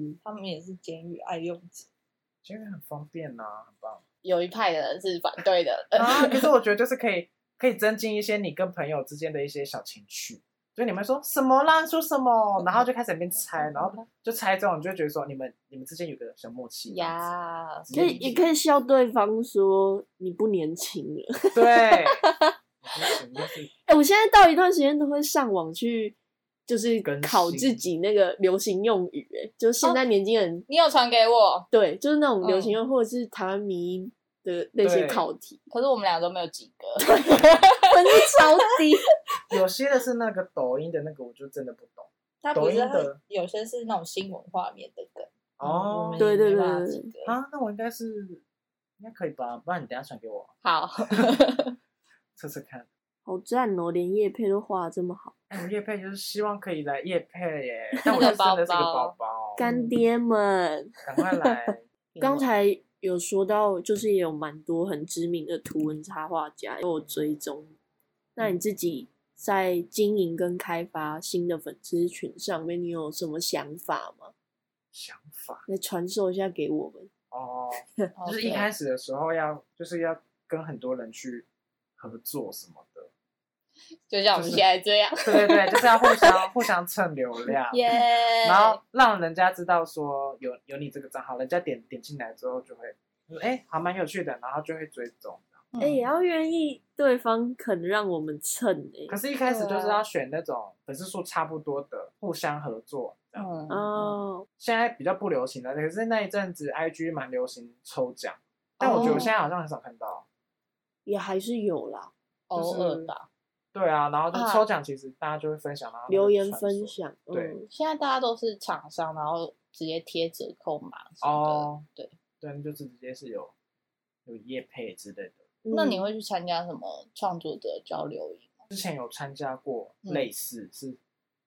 S4: 嗯，
S5: 他们也是监狱爱用者。
S2: 简语很方便呐、很 棒
S5: 有一派的人是反对的，
S2: 啊。可是我觉得就是可以，可以增进一些你跟朋友之间的一些小情趣。就你们说什么啦，说什么，然后就开始在那边猜，然后就猜中，你就会觉得说你们你们之间有个小默契。
S5: 呀，
S2: 这
S4: 可
S2: 样
S4: 以
S2: 子
S4: 也可以笑对方说你不年轻了。
S2: 对，不行，就是
S4: 哎、我现在到一段时间都会上网去，就是
S2: 更
S4: 考
S2: 新
S4: 自己那个流行用语、欸，就是现在年轻人、
S5: 你有传给我，
S4: 对，就是那种流行
S5: 嗯
S4: 用、或者是台湾迷音的那些
S2: 对
S4: 考 题，
S5: 可是我们俩都没有及 格。
S4: 分数超低。
S2: 有些的是那个抖音的那个，我就真的不懂。
S5: 他
S2: 抖
S5: 不是
S2: 音的
S5: 会有些是那种新闻画面的梗，
S2: 哦
S5: 嗯
S4: 对对
S5: 没办法
S4: 对
S5: 及格
S2: 啊，那我应该是
S6: 应该可以吧？不然你等一下传给我
S5: 好，
S2: 测测看。
S4: 好赞哦，连叶配都画的这么好，
S2: 哎，我叶配就是希望可以来叶配耶，但我就真的是个 宝宝，
S4: 干爹们，
S2: 赶快来。
S4: 刚才有说到，就是也有蛮多很知名的图文插画家都有追踪，那
S2: 嗯
S4: 你自己在经营跟开发新的粉丝群上面，你有什么想法吗？
S2: 想法
S4: 来传授一下给我们。
S2: 哦，
S5: 就
S2: 就是一开始的时候要，就是要跟很多人去合作什么 的。
S5: 就像我们现在这样，
S2: 对对对，就是要互相互相蹭流 量，
S5: 耶。
S2: 然后让人家知道说有有你这个账号，人家点点进来之后就会，就说哎、还蛮有趣的，然后就会追踪。
S5: 嗯
S4: 哎、也要愿意对方肯让我们蹭哎、
S2: 可是，一开始就是
S5: 对啊
S2: 要选那种粉丝数差不多的，互相合作。这样
S5: 嗯，
S4: 哦，
S2: 现在比较不流行了，可是那一阵子 IG 蛮流行抽奖，但我觉得
S5: 哦
S2: 我现在好像很少看到。
S4: 也还是有啦，
S5: 偶尔吧。
S2: 对啊，然后就
S5: 啊
S2: 抽奖，其实大家就会分享，然后
S4: 留言
S2: 传
S4: 分
S2: 送
S4: 享，
S2: 对
S4: 嗯，
S5: 现在大家都是厂商，然后直接贴折扣码什么
S2: 哦，
S5: 对
S2: 对，那就是直接是有有业配之类的。
S5: 的。那
S4: 嗯
S5: 你会去参加什么创作者交流营？
S2: 之前有参加过
S5: 嗯
S2: 类似、是，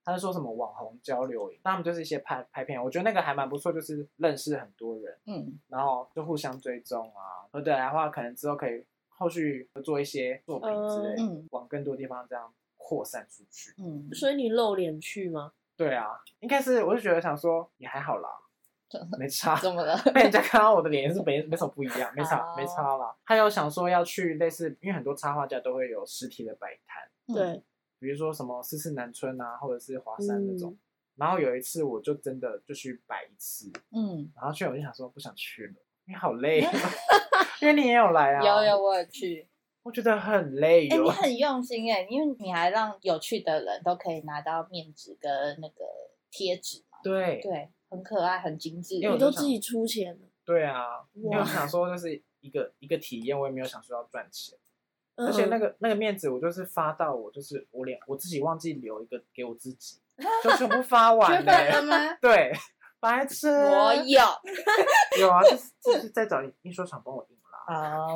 S2: 他是说什么网红交流营，那他们就是一些拍拍片，我觉得那个还蛮不错，就是认识很多人，
S5: 嗯，
S2: 然后就互相追踪啊。合得来的话，可能之后可以后续合作一些作品之类的，
S5: 嗯嗯
S2: 往更多地方这样扩散出去。
S5: 嗯，
S4: 所以你露脸去吗？
S2: 对啊，应该是我就觉得想说也还好啦，没差。
S5: 怎么了？
S2: 被人家看到我的脸是没没什么不一样，没差
S5: 哦
S2: 没差啦。还有想说要去类似，因为很多插画家都会有实体的摆摊，
S5: 嗯
S4: 对，
S2: 比如说什么四四南村啊，或者是华山那种。
S4: 嗯
S2: 然后有一次我就真的就去摆一次，
S5: 嗯，
S2: 然后去我就想说不想去了，因为好累哦， 因为你也有来啊，
S5: 嗯有有，我有去。
S2: 我觉得很累
S5: 哎、
S2: 哟、
S5: 你很用心哎、因为你还让有趣的人都可以拿到面纸跟那个贴纸嘛，
S2: 对
S5: 对，很可爱，很精致。
S2: 因为我
S4: 你
S2: 就
S4: 都
S2: 想
S4: 自己出钱了，
S2: 对啊，因为我想说就是一个一个体验，我也没有想说要赚钱。而且那
S4: 嗯
S2: 个那个面子，我就是发到我就是我连我自己忘记留一个给我自己，就全部 发完了、
S5: 吗？
S2: 对，白痴。
S5: 我 有
S2: 有啊，就是就是再找印刷厂帮我印 啦。
S5: 啊，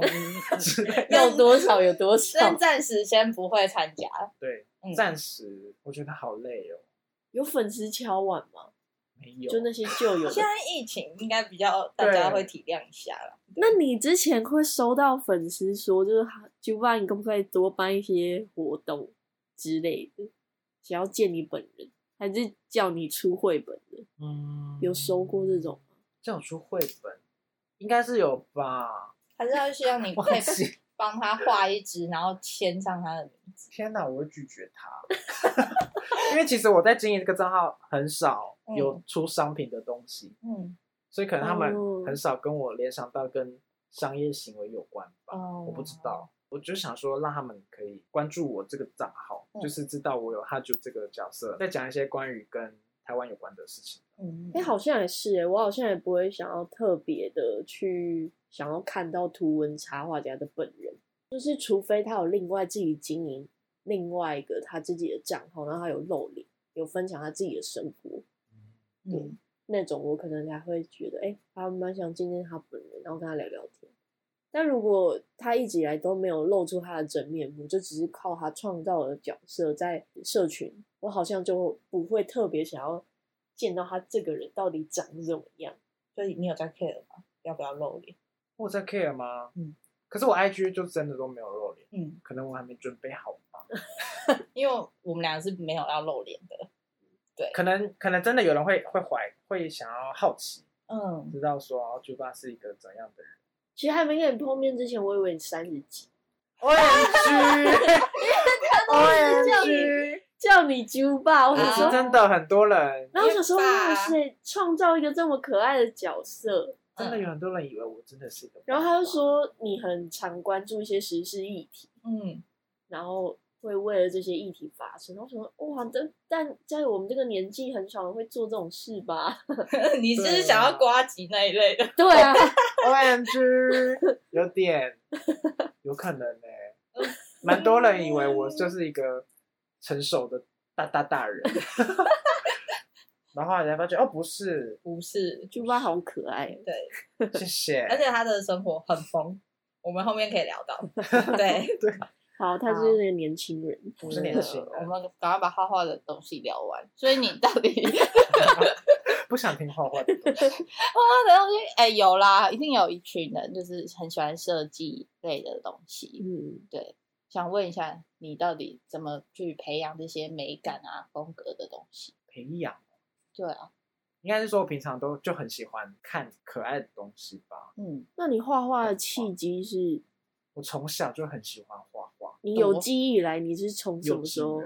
S4: 要多少有 多
S5: 但
S4: 少，
S5: 暂时先不会参加。
S2: 对，
S5: 嗯
S2: 暂时我觉得好累哦，
S4: 有粉丝敲碗吗？
S2: 没有。
S4: 就那些旧友的
S5: 现在疫情应该比较大家会体谅一下了。
S4: 那你之前会收到粉丝说，就是就办，你可不可以多办一些活动之类的？想要见你本人，还是叫你出绘本的？
S2: 嗯，
S4: 有收过这种？
S2: 叫我出绘本，应该是有吧？
S5: 还是他希望 你
S2: 忘
S5: 可以
S2: 记。
S5: 帮他画一只，然后签上他的名字。
S2: 天哪，我会拒绝他， 因为其实我在经营这个账号很少
S5: 嗯
S2: 有出商品的东西。
S5: 嗯，
S2: 所以可能他
S4: 哦
S2: 们很少跟我联想到跟商业行为有关吧，
S5: 哦
S2: 我不知道。我就想说，让他们可以关注我这个账号，
S5: 嗯
S2: 就是知道我有哈啾这个角色，再讲一些关于跟台湾有关的事情。
S5: 嗯，
S4: 哎、好像也是哎、我好像也不会想要特别的去想要看到图文插画家的本人，就是除非他有另外自己经营另外一个他自己的账号，然后他有露脸，有分享他自己的生活，
S5: 嗯，
S4: 那种，我可能才会觉得，哎、还蛮想见见他本人，然后跟他聊聊天。但如果他一直以来都没有露出他的真面目，就只是靠他创造的角色在社群，我好像就不会特别想要见到他这个人到底长怎么样。
S5: 所以你有在 care 吗？要不要露脸？
S2: 我有在 care 吗？
S5: 嗯，
S2: 可是我 IG 就真的都没有露脸，
S5: 嗯，
S2: 可能我还没准备好吧。
S5: 因为我们俩是没有要露脸的。
S2: 可能可能真的有人会会怀会想要好奇，
S5: 嗯，
S2: 知道说哦 j u 是一个怎样的人。
S4: 其实还没跟你碰面之前，我以为你三十几，
S2: O M
S4: 嗯
S2: G，O
S4: 叫
S2: M
S4: 你
S2: G，
S4: 叫你猪爸，我想
S5: 啊
S4: 说，
S2: 真的很多人
S4: 然后我想说，
S5: 也罢
S4: 哇塞，创造一个这么可爱的角色，
S2: 真的有很多人以为我真的是一个，
S4: 然后他就，说你很常关注一些时事议题。
S5: 嗯，
S4: 然后会为了这些议题发声。然后我想，哇，这但在我们这个年纪，很少人会做这种事吧？
S5: 你就是想要瓜吉那一类的。
S4: 对啊，
S2: O M G，有 点，有可能呢、
S4: 嗯
S2: 蛮多人 以为我就是一个成熟的大大大人，然后后来才发觉哦，不是，
S7: 不是，
S4: 猪八好可爱，哦
S7: 对，
S2: 谢谢。
S4: 哎
S7: 而且他的生活很疯，我们后面可以聊 到。对，
S4: 好，他是那个年轻人，
S2: 不是年轻
S5: 我
S2: 人，
S5: 们赶快把画画的东西聊完。所以你到底
S2: 不想听画画的东西。
S5: 画画的东西，哎、有啦，一定有一群人就是很喜欢设计类的东西。
S4: 嗯，
S5: 对，想问一下，你到底怎么去培养这些美感啊、风格的东西？
S2: 培养，哦
S5: 对啊，
S2: 应该是说我平常都就很喜欢看可爱的东西吧。
S5: 嗯，
S4: 那你画画的契机是
S2: 我从小就很喜欢画画，
S4: 你有记忆以来，你是从什
S2: 有
S4: 么时候？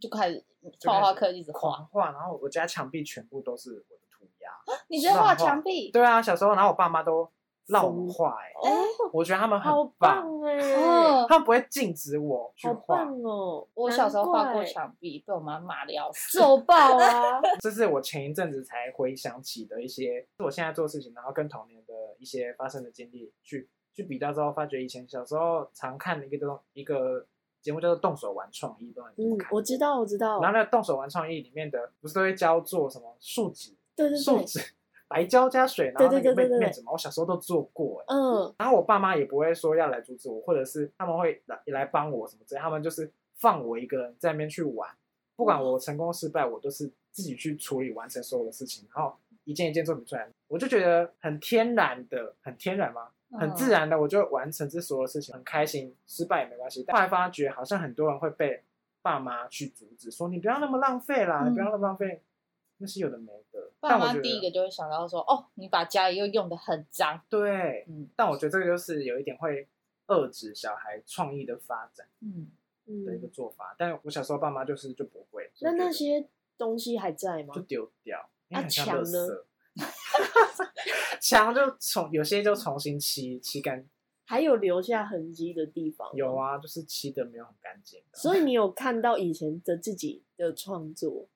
S5: 就开始
S2: 就
S5: 画
S2: 开
S5: 画
S2: 始
S5: 课一直
S2: 狂
S5: 画。
S2: 画，然后我家墙壁全部都是我的涂鸦。
S5: 你在画墙壁？
S2: 对啊，小时候，然后我爸妈都让我
S4: 疯
S2: 画，哎，
S4: 哦，
S2: 我觉得他们很
S4: 好棒哎，
S5: 哦，
S2: 他们不会禁止我去
S4: 好
S2: 画
S4: 棒，哦！
S5: 我小时候画过
S4: 难怪
S5: 墙壁，被我妈骂的要死。
S4: 手爆啊！
S2: 这是我前一阵子才回想起的一些我现在做事情，然后跟童年的一些发生的经历去去比较之后，发觉以前小时候常看的一个东一个节目叫做《动手玩创意》，不知道你有 没
S4: 嗯
S2: 有看，
S4: 我知。道，我知道
S2: 然，后那个《动手玩创意》里面的不是都会教做什么树脂、
S4: 对嗯对
S2: 树
S4: 对，
S2: 脂、 白胶加水，然后那
S4: 对对对
S2: 个面
S4: 对对
S2: 面纸嘛，我小时候都做过、哎。
S4: 嗯，
S2: 然后我爸妈也不会说要来阻止我，或者是他们会来来帮我什么之类，他们就是放我一个人在那边去玩，不
S5: 嗯
S2: 管我成功失败，我都是自己去处理完成所有的事情，然后一件一件作品出来，我就觉得很天然的，很天然吗？很
S5: 嗯
S2: 自然的，我就完成这所有的事情，很开心，失败也没关系。但后来发觉，好像很多人会被爸妈去阻止，说你不要那么浪费啦，
S5: 嗯
S2: 你不要那么浪费，那是有的没的。
S5: 爸
S2: 但我
S5: 妈
S2: 觉得
S5: 第一个就会想到说，哦，你把家里又用的很脏，
S2: 对，
S5: 嗯
S2: 但我觉得这个就是有一点会遏制小孩创意的发展
S5: 嗯，
S2: 的一个
S4: 嗯，
S2: 做法。但我小时候爸妈就是就不会，
S4: 那
S2: 就觉
S4: 那
S2: 得
S4: 些东西还在吗
S2: 就？丢掉，因
S4: 啊
S2: 为很像
S4: 墙
S2: 垃
S4: 呢
S2: 圾。墙就重有些就重新漆，漆干
S4: 还有留下痕迹的地方？
S2: 有。啊，就是漆的没有很干净的。
S4: 所以你有看到以前的自己的创作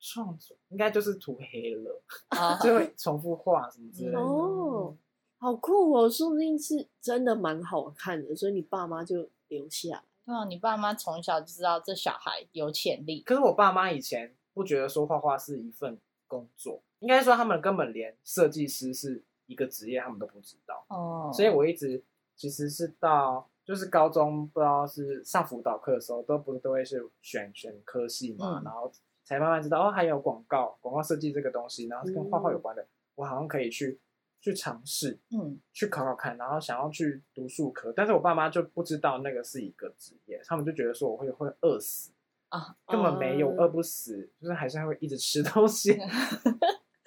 S2: 创作应该就是涂黑了，
S5: 啊，
S2: 就会重复画什么之类的。
S4: 哦，好酷哦！说不定是真的蛮好看的，所以你爸妈就留下。
S5: 对啊，你爸妈从小就知道这小孩有潜力，
S2: 可是我爸妈以前不觉得说画画是一份工作，应该说他们根本连设计师是一个职业他们都不知道。
S5: 哦
S2: 所以我一直其实是到就是高中不知道是上辅导课的时候，都不是都会是选选科系嘛，
S5: 嗯
S2: 然后才慢慢知道哦，还有广告广告设计这个东西，然后是跟画画有关的，我好像可以去去尝试
S5: 嗯，
S2: 去考考看，然后想要去读术科，但是我爸妈就不知道那个是一个职业，他们就觉得说我会会饿死
S5: 啊，
S2: 根本没有
S4: 嗯
S2: 饿不死，就是还是会一直吃 东西。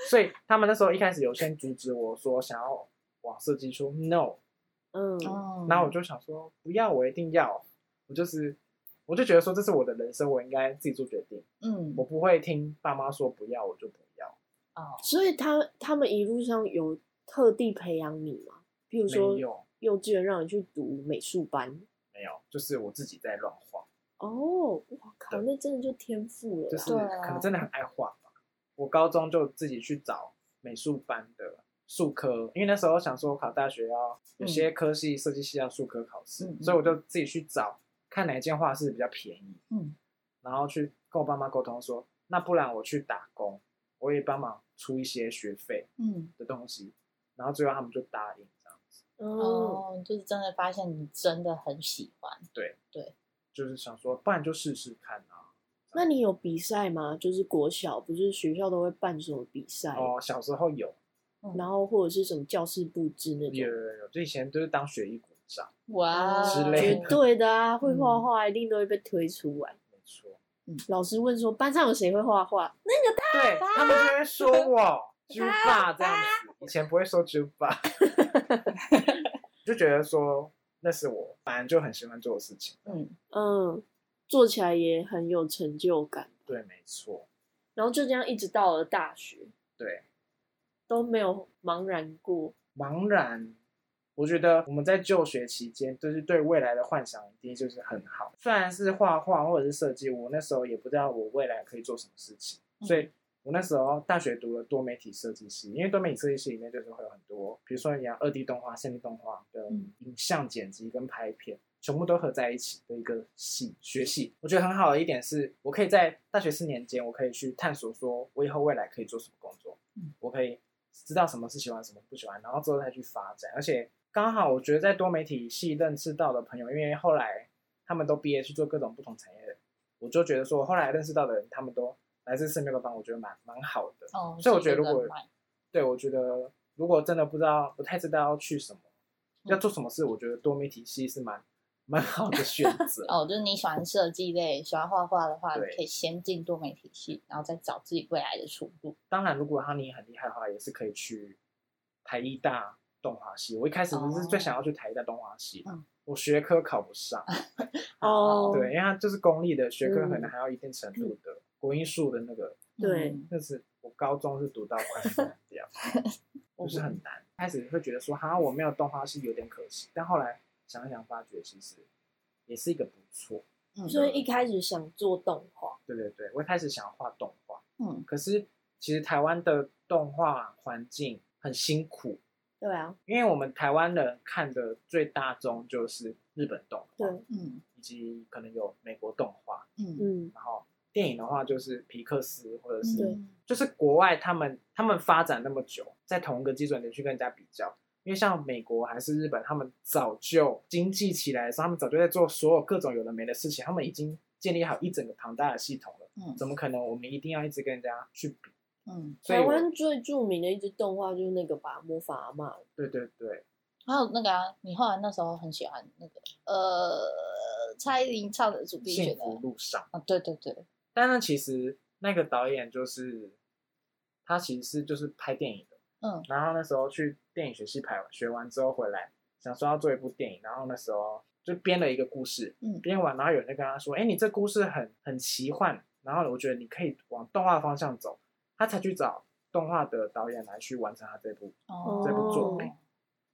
S2: 所以他们那时候一开始有先阻止我说想要往设计说 no，
S4: 嗯，
S5: 哦
S2: 然后我就想说，不要，我一定要，我就是，我就觉得说这是我的人生，我应该自己做决定，
S5: 嗯
S2: 我不会听爸妈说不要我就不要。
S5: 哦，
S4: 所以他他们一路上有特地培养你吗？譬如说
S2: 没有，
S4: 幼稚园让你去读美术班。
S2: 没有，就是我自己在乱画，
S4: 哦，哇靠，那真的就天赋了啦。
S2: 就是
S5: 对啊
S2: 可能真的很爱画吧。我高中就自己去找美术班的术科，因为那时候想说我考大学要有些科系设计系要术科考试，
S5: 嗯嗯嗯
S2: 所以我就自己去找看哪一间画室比较便宜，
S5: 嗯，
S2: 然后去跟我爸妈沟通说，那不然我去打工，我也帮忙出一些学费。
S5: 嗯，
S2: 的东西，然后最后他们就答应这样子，
S4: 哦，
S5: 哦，就是真的发现你真的很喜欢，
S2: 就是想说，不然就试试看啊。
S4: 那你有比赛吗？就是国小不是学校都会办什么比赛，
S2: 哦，小时候有
S5: 嗯
S4: 然后或者是什么教室布置那
S2: 有
S4: 种，
S2: 有有，就以前就是当学艺鼓掌，
S5: 哇
S2: 之
S5: 哦
S2: 类
S4: 绝
S2: 的
S4: 对的啊，会画
S5: 嗯
S4: 画一定都会被推出来。
S2: 没错。
S4: 老师问说班上有谁会画画？
S2: 对他们就会说我猪爸这样子，以前不会说猪爸， 就觉得说那是我反正就很喜欢做的事情。
S5: 嗯，
S4: 嗯，做起来也很有成就感。
S2: 对，没错，
S4: 然后就这样一直到了大学
S2: 对，
S4: 都没有茫然过。
S2: 茫然。我觉得我们在就学期间，就是对未来的幻想一定就是很好。虽然是画画或者是设计，我那时候也不知道我未来可以做什么事情，所以我那时候大学读了多媒体设计系，因为多媒体设计系里面就是会有很多，比如说你要二 D 动画、三 D 动画跟
S5: 嗯
S2: 影像剪辑跟拍片，全部都合在一起的一个系学系。我觉得很好的一点是，我可以在大学四年间，我可以去探索，说我以后未来可以做什么工作，我可以知道什么是喜欢，什么不喜欢，然后之后再去发展。而且刚好我觉得在多媒体系认识到的朋友，因为后来他们都毕业去做各种不同产业，我就觉得说，我后来认识到的人，他们都来自四面八方，我觉得蛮蛮好的。
S5: 哦，
S2: 所以我觉得如
S5: 是一个
S2: 果
S5: 人脉
S2: 对，我觉得如果真的不知道、不太知道要去什么、要做什么事，我觉得多媒体系是蛮蛮好的选 择。
S5: 哦，就是你喜欢设计类、喜欢画画的话，你
S2: 对
S5: 可以先进多媒体系，然后再找自己未来的出路。
S2: 当然，如果他你很厉害的话，也是可以去台艺大动画系。我一开始不是最想要去台艺大动画系，
S5: 嗯
S2: 我学科考不上，
S4: 哦，
S2: 对，因为它就是公立的学科，可
S4: 嗯
S2: 能还要一定程度的、国英数的那个，
S4: 对
S5: 嗯
S2: 那是我高中是读到 快疯掉，就是很难。开始会觉得说，哈，我没有动画系有点可惜，但后来想一想，发觉其实也是一个不错。
S5: 嗯
S4: 所以一开始想做动画，
S2: 对对对，我一开始想要画动画，
S5: 嗯，
S2: 可是其实台湾的动画环境很辛苦，
S4: 对啊，
S2: 因为我们台湾人看的最大宗就是日本动画，
S4: 对
S5: 嗯
S2: 以及可能有美国动画，
S5: 嗯
S4: 嗯，
S2: 然后电影的话就是皮克斯或者是、
S4: 对
S5: 嗯，
S2: 就是国外他们他们发展那么久，在同一个基准点去跟人家比较。因为像美国还是日本，他们早就经济起来的时候，他们早就在做所有各种有的没的事情，他们已经建立好一整个庞大的系统了。
S5: 嗯
S2: 怎么可能？我们一定要一直跟人家去比？
S5: 嗯，
S2: 所以
S4: 台
S2: 我
S4: 湾最著名的一支动画就是那个吧，《魔法阿嬷》。
S2: 对对对，
S5: 还有那个啊，你后来那时候很喜欢那个呃，蔡依林唱的主题曲
S2: 幸
S5: 的
S2: 福路上。
S5: 啊，对对对，
S2: 但是其实那个导演就是他，其实是就是拍电影的。
S5: 嗯
S2: 然后那时候去电影学系拍完，学完之后回来，想说要做一部电影，然后那时候就编了一个故事，
S5: 嗯
S2: 编完，然后有人就跟他说：“哎，你这故事很很奇幻，然后我觉得你可以往动画方向走。”他才去找动画的导演来去完成他这部，
S5: 哦，
S2: 这部作
S4: 品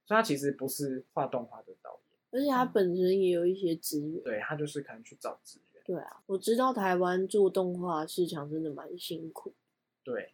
S2: 所以他其实不是画动画的导演，
S4: 而且他本身也有一些资源。
S2: 对他就是可能去找资源，
S4: 对啊，我知道台湾做动画市场真的蛮辛苦。
S2: 对，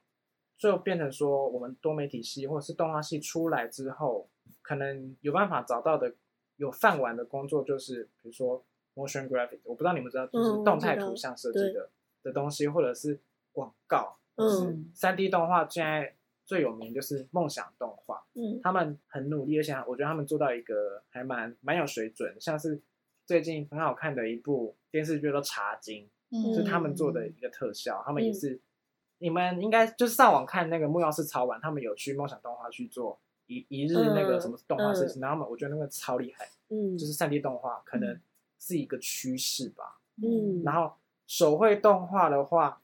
S2: 所以变成说我们多媒体系或者是动画系出来之后，可能有办法找到的有饭碗的工作就是，比如说 motion graphic，我不知道你们知道，就是
S4: 嗯我
S2: 动
S4: 知
S2: 态
S4: 道
S2: 图像设计的、的东西，或者是广告，
S4: 嗯
S2: 三 D 动画现在最有名就是梦想动画，
S4: 嗯，
S2: 他们很努力，而且我觉得他们做到一个还蛮蛮有水准，像是最近很好看的一部电视剧叫《茶经》，
S5: 嗯
S2: 是他们做的一个特效，他们也是、你们应该就是上网看那个木曜是超玩，他们有去梦想动画去做一一日那个什么动画事情，然后他们我觉得那个超厉害，
S4: 嗯，
S2: 就是三 D 动画可能是一个趋势吧，
S4: 嗯，
S2: 然后手绘动画的话，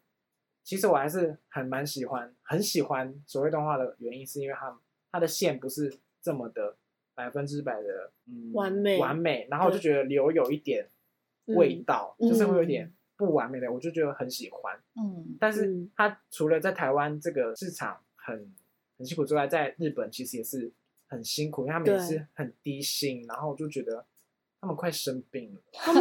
S2: 其实我还是很蛮喜欢，很喜欢手绘动画的原因，是因为它它的线不是这么的百分之百的嗯
S4: 完美
S2: 完美，然后我就
S4: 对
S2: 觉得留有一点味道，
S4: 嗯
S2: 就是会有点不完美的，我就觉得很喜欢。
S5: 嗯
S2: 但是
S4: 嗯
S2: 它除了在台湾这个市场很很辛苦之外，在日本其实也是很辛苦，因为他们也
S4: 对
S2: 是很低薪，然后我就觉得他们快生病了。
S4: 他们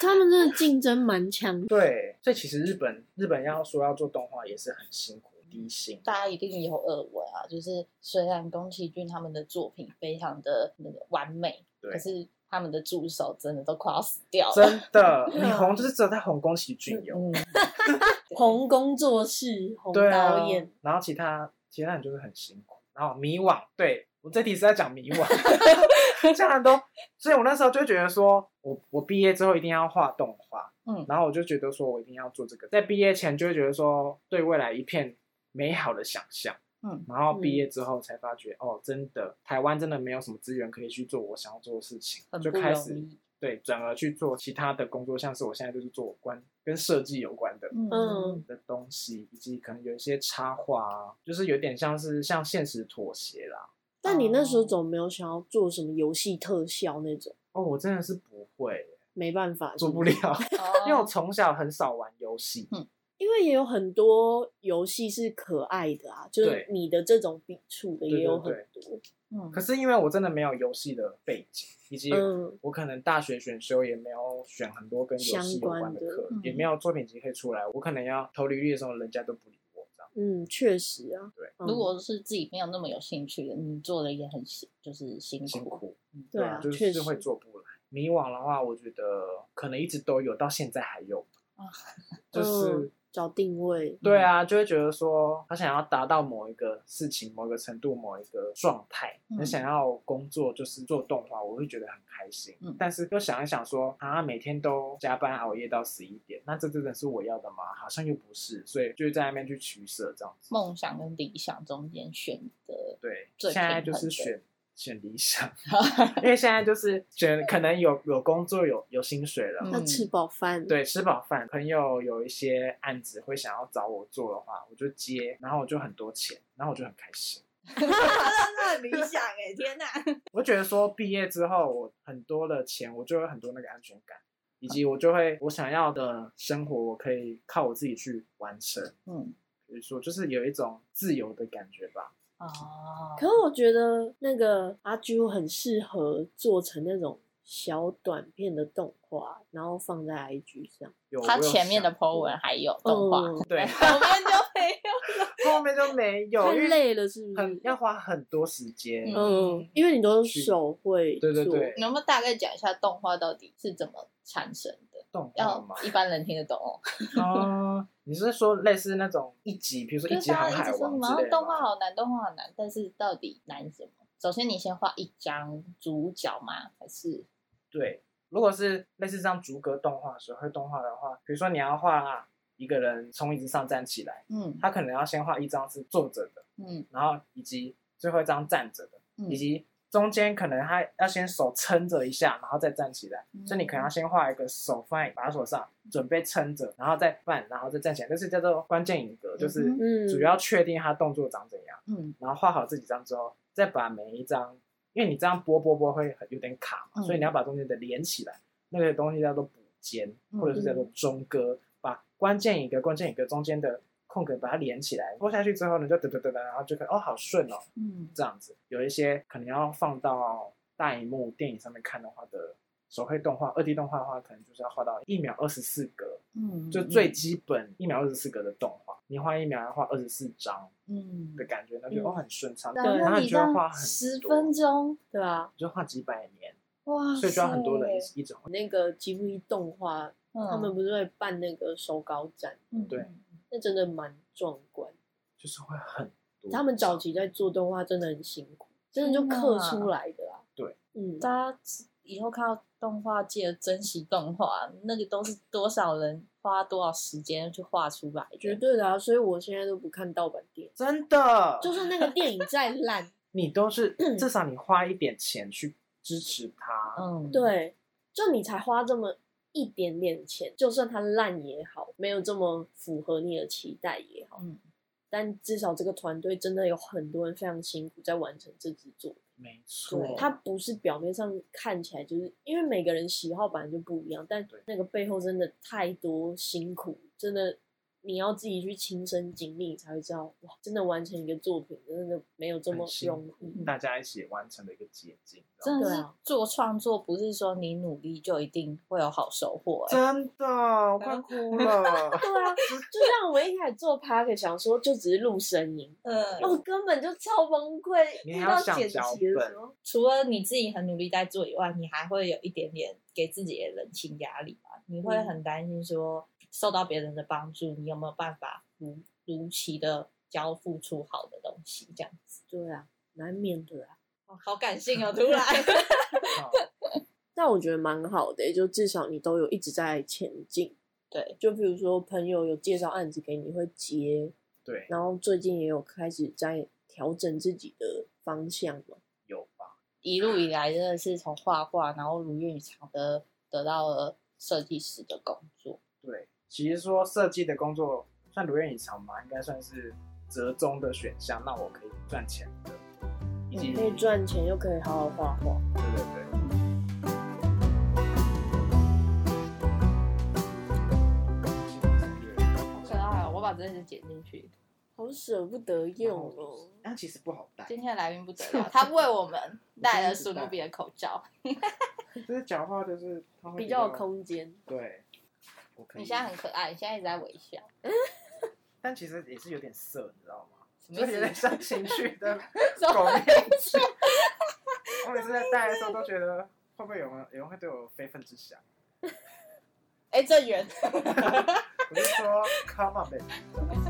S4: 他们真的竞争蛮强。
S2: 对，所以其实日本日本要说要做动画也是很辛苦，低薪。
S5: 大家一定有耳闻啊，就是虽然宫崎骏他们的作品非常的那个完美，
S2: 对
S5: 可是他们的助手真的都快要死掉了。
S2: 真的，你红就是只有在红宫崎骏有，
S5: 哦嗯，
S4: 红工作室，红
S2: 对啊
S4: 导演，，
S2: 然后其他其他人就是很辛苦。然后迷惘，对我这题是在讲迷惘，这样都，所以我那时候就觉得说，我我毕业之后一定要画动画，
S5: 嗯
S2: 然后我就觉得说我一定要做这个，在毕业前就会觉得说对未来一片美好的想象，
S5: 嗯，
S2: 然后毕业之后才发觉，哦，真的台湾真的没有什么资源可以去做我想要做的事情
S5: 很，
S2: 就
S5: 不
S2: 开始
S5: 容易。
S2: 对，转而去做其他的工作，像是我现在就是做关跟设计有关的
S4: 嗯，
S2: 的东西，以及可能有一些插画啊，就是有点像是向现实妥协啦。
S4: 但你那时候怎么没有想要做什么游戏特效那种？
S2: 哦，我真的是不会，
S4: 没办法，
S2: 做不了，
S5: 哦
S2: 因为我从小很少玩游戏。
S5: 嗯
S4: 因为也有很多游戏是可爱的啊，就是
S2: 对
S4: 你的这种笔触的也有很多。
S5: 嗯
S2: 可是因为我真的没有游戏的背景，以及
S4: 嗯
S2: 我可能大学选修也没有选很多跟游戏有关的
S4: 相关的
S2: 课，
S5: 嗯
S2: 也没有作品集可以出来，我可能要投履历的时候，人家都不理我这样。
S4: 嗯，确实啊。
S2: 对
S4: 嗯
S5: 如果是自己没有那么有兴趣的，你做的也很辛，就是辛苦。
S2: 辛苦，
S5: 嗯
S2: 对
S4: 对
S2: 啊，
S4: 啊
S2: 就
S4: 确实
S2: 是会做不来。迷惘的话，我觉得可能一直都有，到现在还有
S5: 啊，
S2: 就是。
S4: 哦嗯找定位，
S2: 对
S5: 嗯
S2: 啊，就会觉得说他想要达到某一个事情、某一个程度、某一个状态，
S5: 嗯
S2: 很想要工作，就是做动画，我会觉得很开心。
S5: 嗯
S2: 但是又想一想说啊，每天都加班熬夜到十一点，那这真的是我要的吗？好像又不是，所以就在那边去取舍这样子。
S5: 梦想跟理想中间选择。
S2: 对，
S5: 最
S2: 现在
S5: 平
S2: 就
S5: 衡
S2: 是
S5: 的
S2: 选选 理想，因为现在就是选可能有有工作有有薪水了，
S5: 嗯
S4: 要吃饱饭，，
S2: 对，吃饱饭，朋友有一些案子会想要找我做的话，我就接，然后我就很多钱，然后我就很开心。
S7: 真的很理想哎，天哪！
S2: 我觉得说毕业之后，我很多的钱，我就会很多那个安全感，以及我就会我想要的生活，我可以靠我自己去完成。
S5: 嗯，
S2: 比如说，就是有一种自由的感觉吧。
S5: 哦，
S4: 可是我觉得那个阿啾很适合做成那种小短片的动画，然后放在 IG 上。
S2: 有
S5: 他
S2: 我有
S5: 前面的
S2: 想
S5: po 文还有动画，
S4: 嗯
S2: 对，
S5: 后面就没有。
S2: 后面就没有，
S4: 太
S2: 因为
S4: 累了，是不
S2: 很
S4: 是？
S2: 要花很多时间。
S5: 嗯
S4: 嗯，因为你都是手绘
S2: 对对
S4: 做
S2: 对，
S5: 你能不能大概讲一下动画到底是怎么产生 的？
S2: 动画
S5: 要
S2: 嘛，
S5: 一般人听得懂哦。
S2: 哦，你是说类似那种一集，比如说
S5: 就
S2: 一
S5: 是
S2: 集《
S5: 大
S2: 航
S5: 家啊一
S2: 海
S5: 直说
S2: 王
S5: 什》么哦
S2: 之类的
S5: 动画
S2: 吗？
S5: 好难，动画好难，但是到底难什么？首先，你先画一张主角吗？还是
S2: 对，如果是类似这样逐格动画、手绘动画的话，比如说你要画一个人从椅子上站起来，
S5: 嗯
S2: 他可能要先画一张是坐着的，
S5: 嗯
S2: 然后以及最后一张站着的，
S5: 嗯
S2: 以及中间可能他要先手撑着一下，然后再站起来，
S5: 嗯
S2: 所以你可能要先画一个手放在把手上，准备撑着，然后再放，然后再站起来，这是叫做关键影格，就是
S5: 嗯
S4: 嗯，
S2: 主要确定他动作长怎样。
S5: 嗯
S2: 然后画好这几张之后，再把每一张，因为你这样拨拨拨会很有点卡嘛，
S5: 嗯
S2: 所以你要把中间的连起来，那个东西叫做补间，
S5: 嗯
S2: 或者是叫做中割，把关键一个关键一个中间的空格把它连起来，拨下去之后呢，就噔噔噔噔，然后就可以哦好顺哦，
S5: 嗯
S2: 这样子。有一些可能要放到大荧幕电影上面看的话的。手绘动画、二 D 动画的话，可能就是要画到一秒二十四格，
S5: 嗯，
S2: 就最基本一秒二十四格的动画。你画一秒要画二十四张，
S5: 嗯
S2: 的。感觉，那就、
S4: 嗯
S2: 哦很顺畅。
S5: 然
S2: 然
S5: 后
S2: 后
S5: 你
S2: 你
S5: 这
S2: 就要画
S5: 样
S2: 很
S5: 十
S2: 多
S5: 分，钟，
S4: 对啊，
S2: 就画几百年，
S5: 哇塞，
S2: 所以就要很多人一一直画。
S4: 那个吉卜力动画，
S5: 嗯
S4: 他们不是会办那个手稿展，
S5: 嗯
S2: 对
S4: 那真的蛮壮观。
S2: 就是会很多。
S4: 他们早期在做动画真的很辛苦，真的就刻出来的啦。
S2: 对，
S4: 嗯，
S5: 大家以后看到动画，记得珍惜动画，那个都是多少人花多少时间去画出来
S4: 绝
S5: 的。
S4: 对的啊，所以我现在都不看盗版电影，
S2: 真的，
S4: 就是那个电影再烂，
S2: 你都是至少你花一点钱去支持他。
S5: 嗯，，
S4: 对，就你才花这么一点点钱，就算它烂也好，没有这么符合你的期待也好，
S5: 嗯
S4: 但至少这个团队真的有很多人非常辛苦在完成这支作品。
S2: 没错
S5: 对，
S4: 它不是表面上看起来就是，因为每个人喜好本来就不一样，但
S2: 对
S4: 那个背后真的太多辛苦，真的你要自己去亲身经历，你才会知道哇，真的完成一个作品真的没有这么
S2: 很辛
S4: 容
S2: 苦
S4: 易。
S5: 嗯
S2: 大家一起完成的一个结晶。
S5: 真的
S4: 对
S5: 是
S4: 啊
S5: 做创作，不是说你努力就一定会有好收获、欸。
S2: 真的，我快哭 了。
S4: 对啊，就像我一开始做 p a r k 想说，就只是录声音，
S7: 嗯，
S4: 我哦根本就超崩溃。
S2: 你
S4: 遇
S2: 还要
S4: 到
S2: 想
S4: 剪辑
S2: 脚
S4: 的时
S2: 本
S4: 候，
S7: 除了你自己很努力在做以外，你还会有一点点给自己的人情压力吧？你会很担心说受到别人的帮助，你有没有办法如如期的交付出好的东西？这样子，
S4: 对啊，难免的啊。
S7: 哦好感性哦，突 然。
S2: 好
S4: 但我觉得蛮好的欸、就至少你都有一直在前进。
S5: 对，
S4: 就比如说朋友有介绍案子给你会接，
S2: 对，
S4: 然后最近也有开始在调整自己的方向嘛。
S2: 有吧？
S5: 一路以来真的是从画画，然后如愿以偿的得到了设计师的工作。
S2: 对，其实说设计的工作算如愿以偿嘛，应该算是折中的选项，那我可以赚钱的，以及
S4: 嗯可以赚钱又可以好好画画。
S2: 对对对。
S5: 好可爱哦！我把这些剪进去。
S4: 好舍不得用哦，
S6: 但其实不好带，
S5: 今天的来宾不得 了，他为我们带了史努比的口罩。
S2: 就是讲话就是它会
S4: 比较有空间。
S2: 对，我可以
S5: 你现在很可爱，你现在一直在微笑，
S2: 但其实也是有点色，你知道吗？
S5: 什
S2: 就
S5: 么
S2: 有
S5: 意
S2: 点
S5: 思？
S2: 像情绪的
S5: 什
S2: 狗
S5: 么
S2: 面具。我每次在戴的时候都觉得会不会有人有人会对我有非分之想？
S5: 哎，郑源。
S2: 我就说，Come on，baby。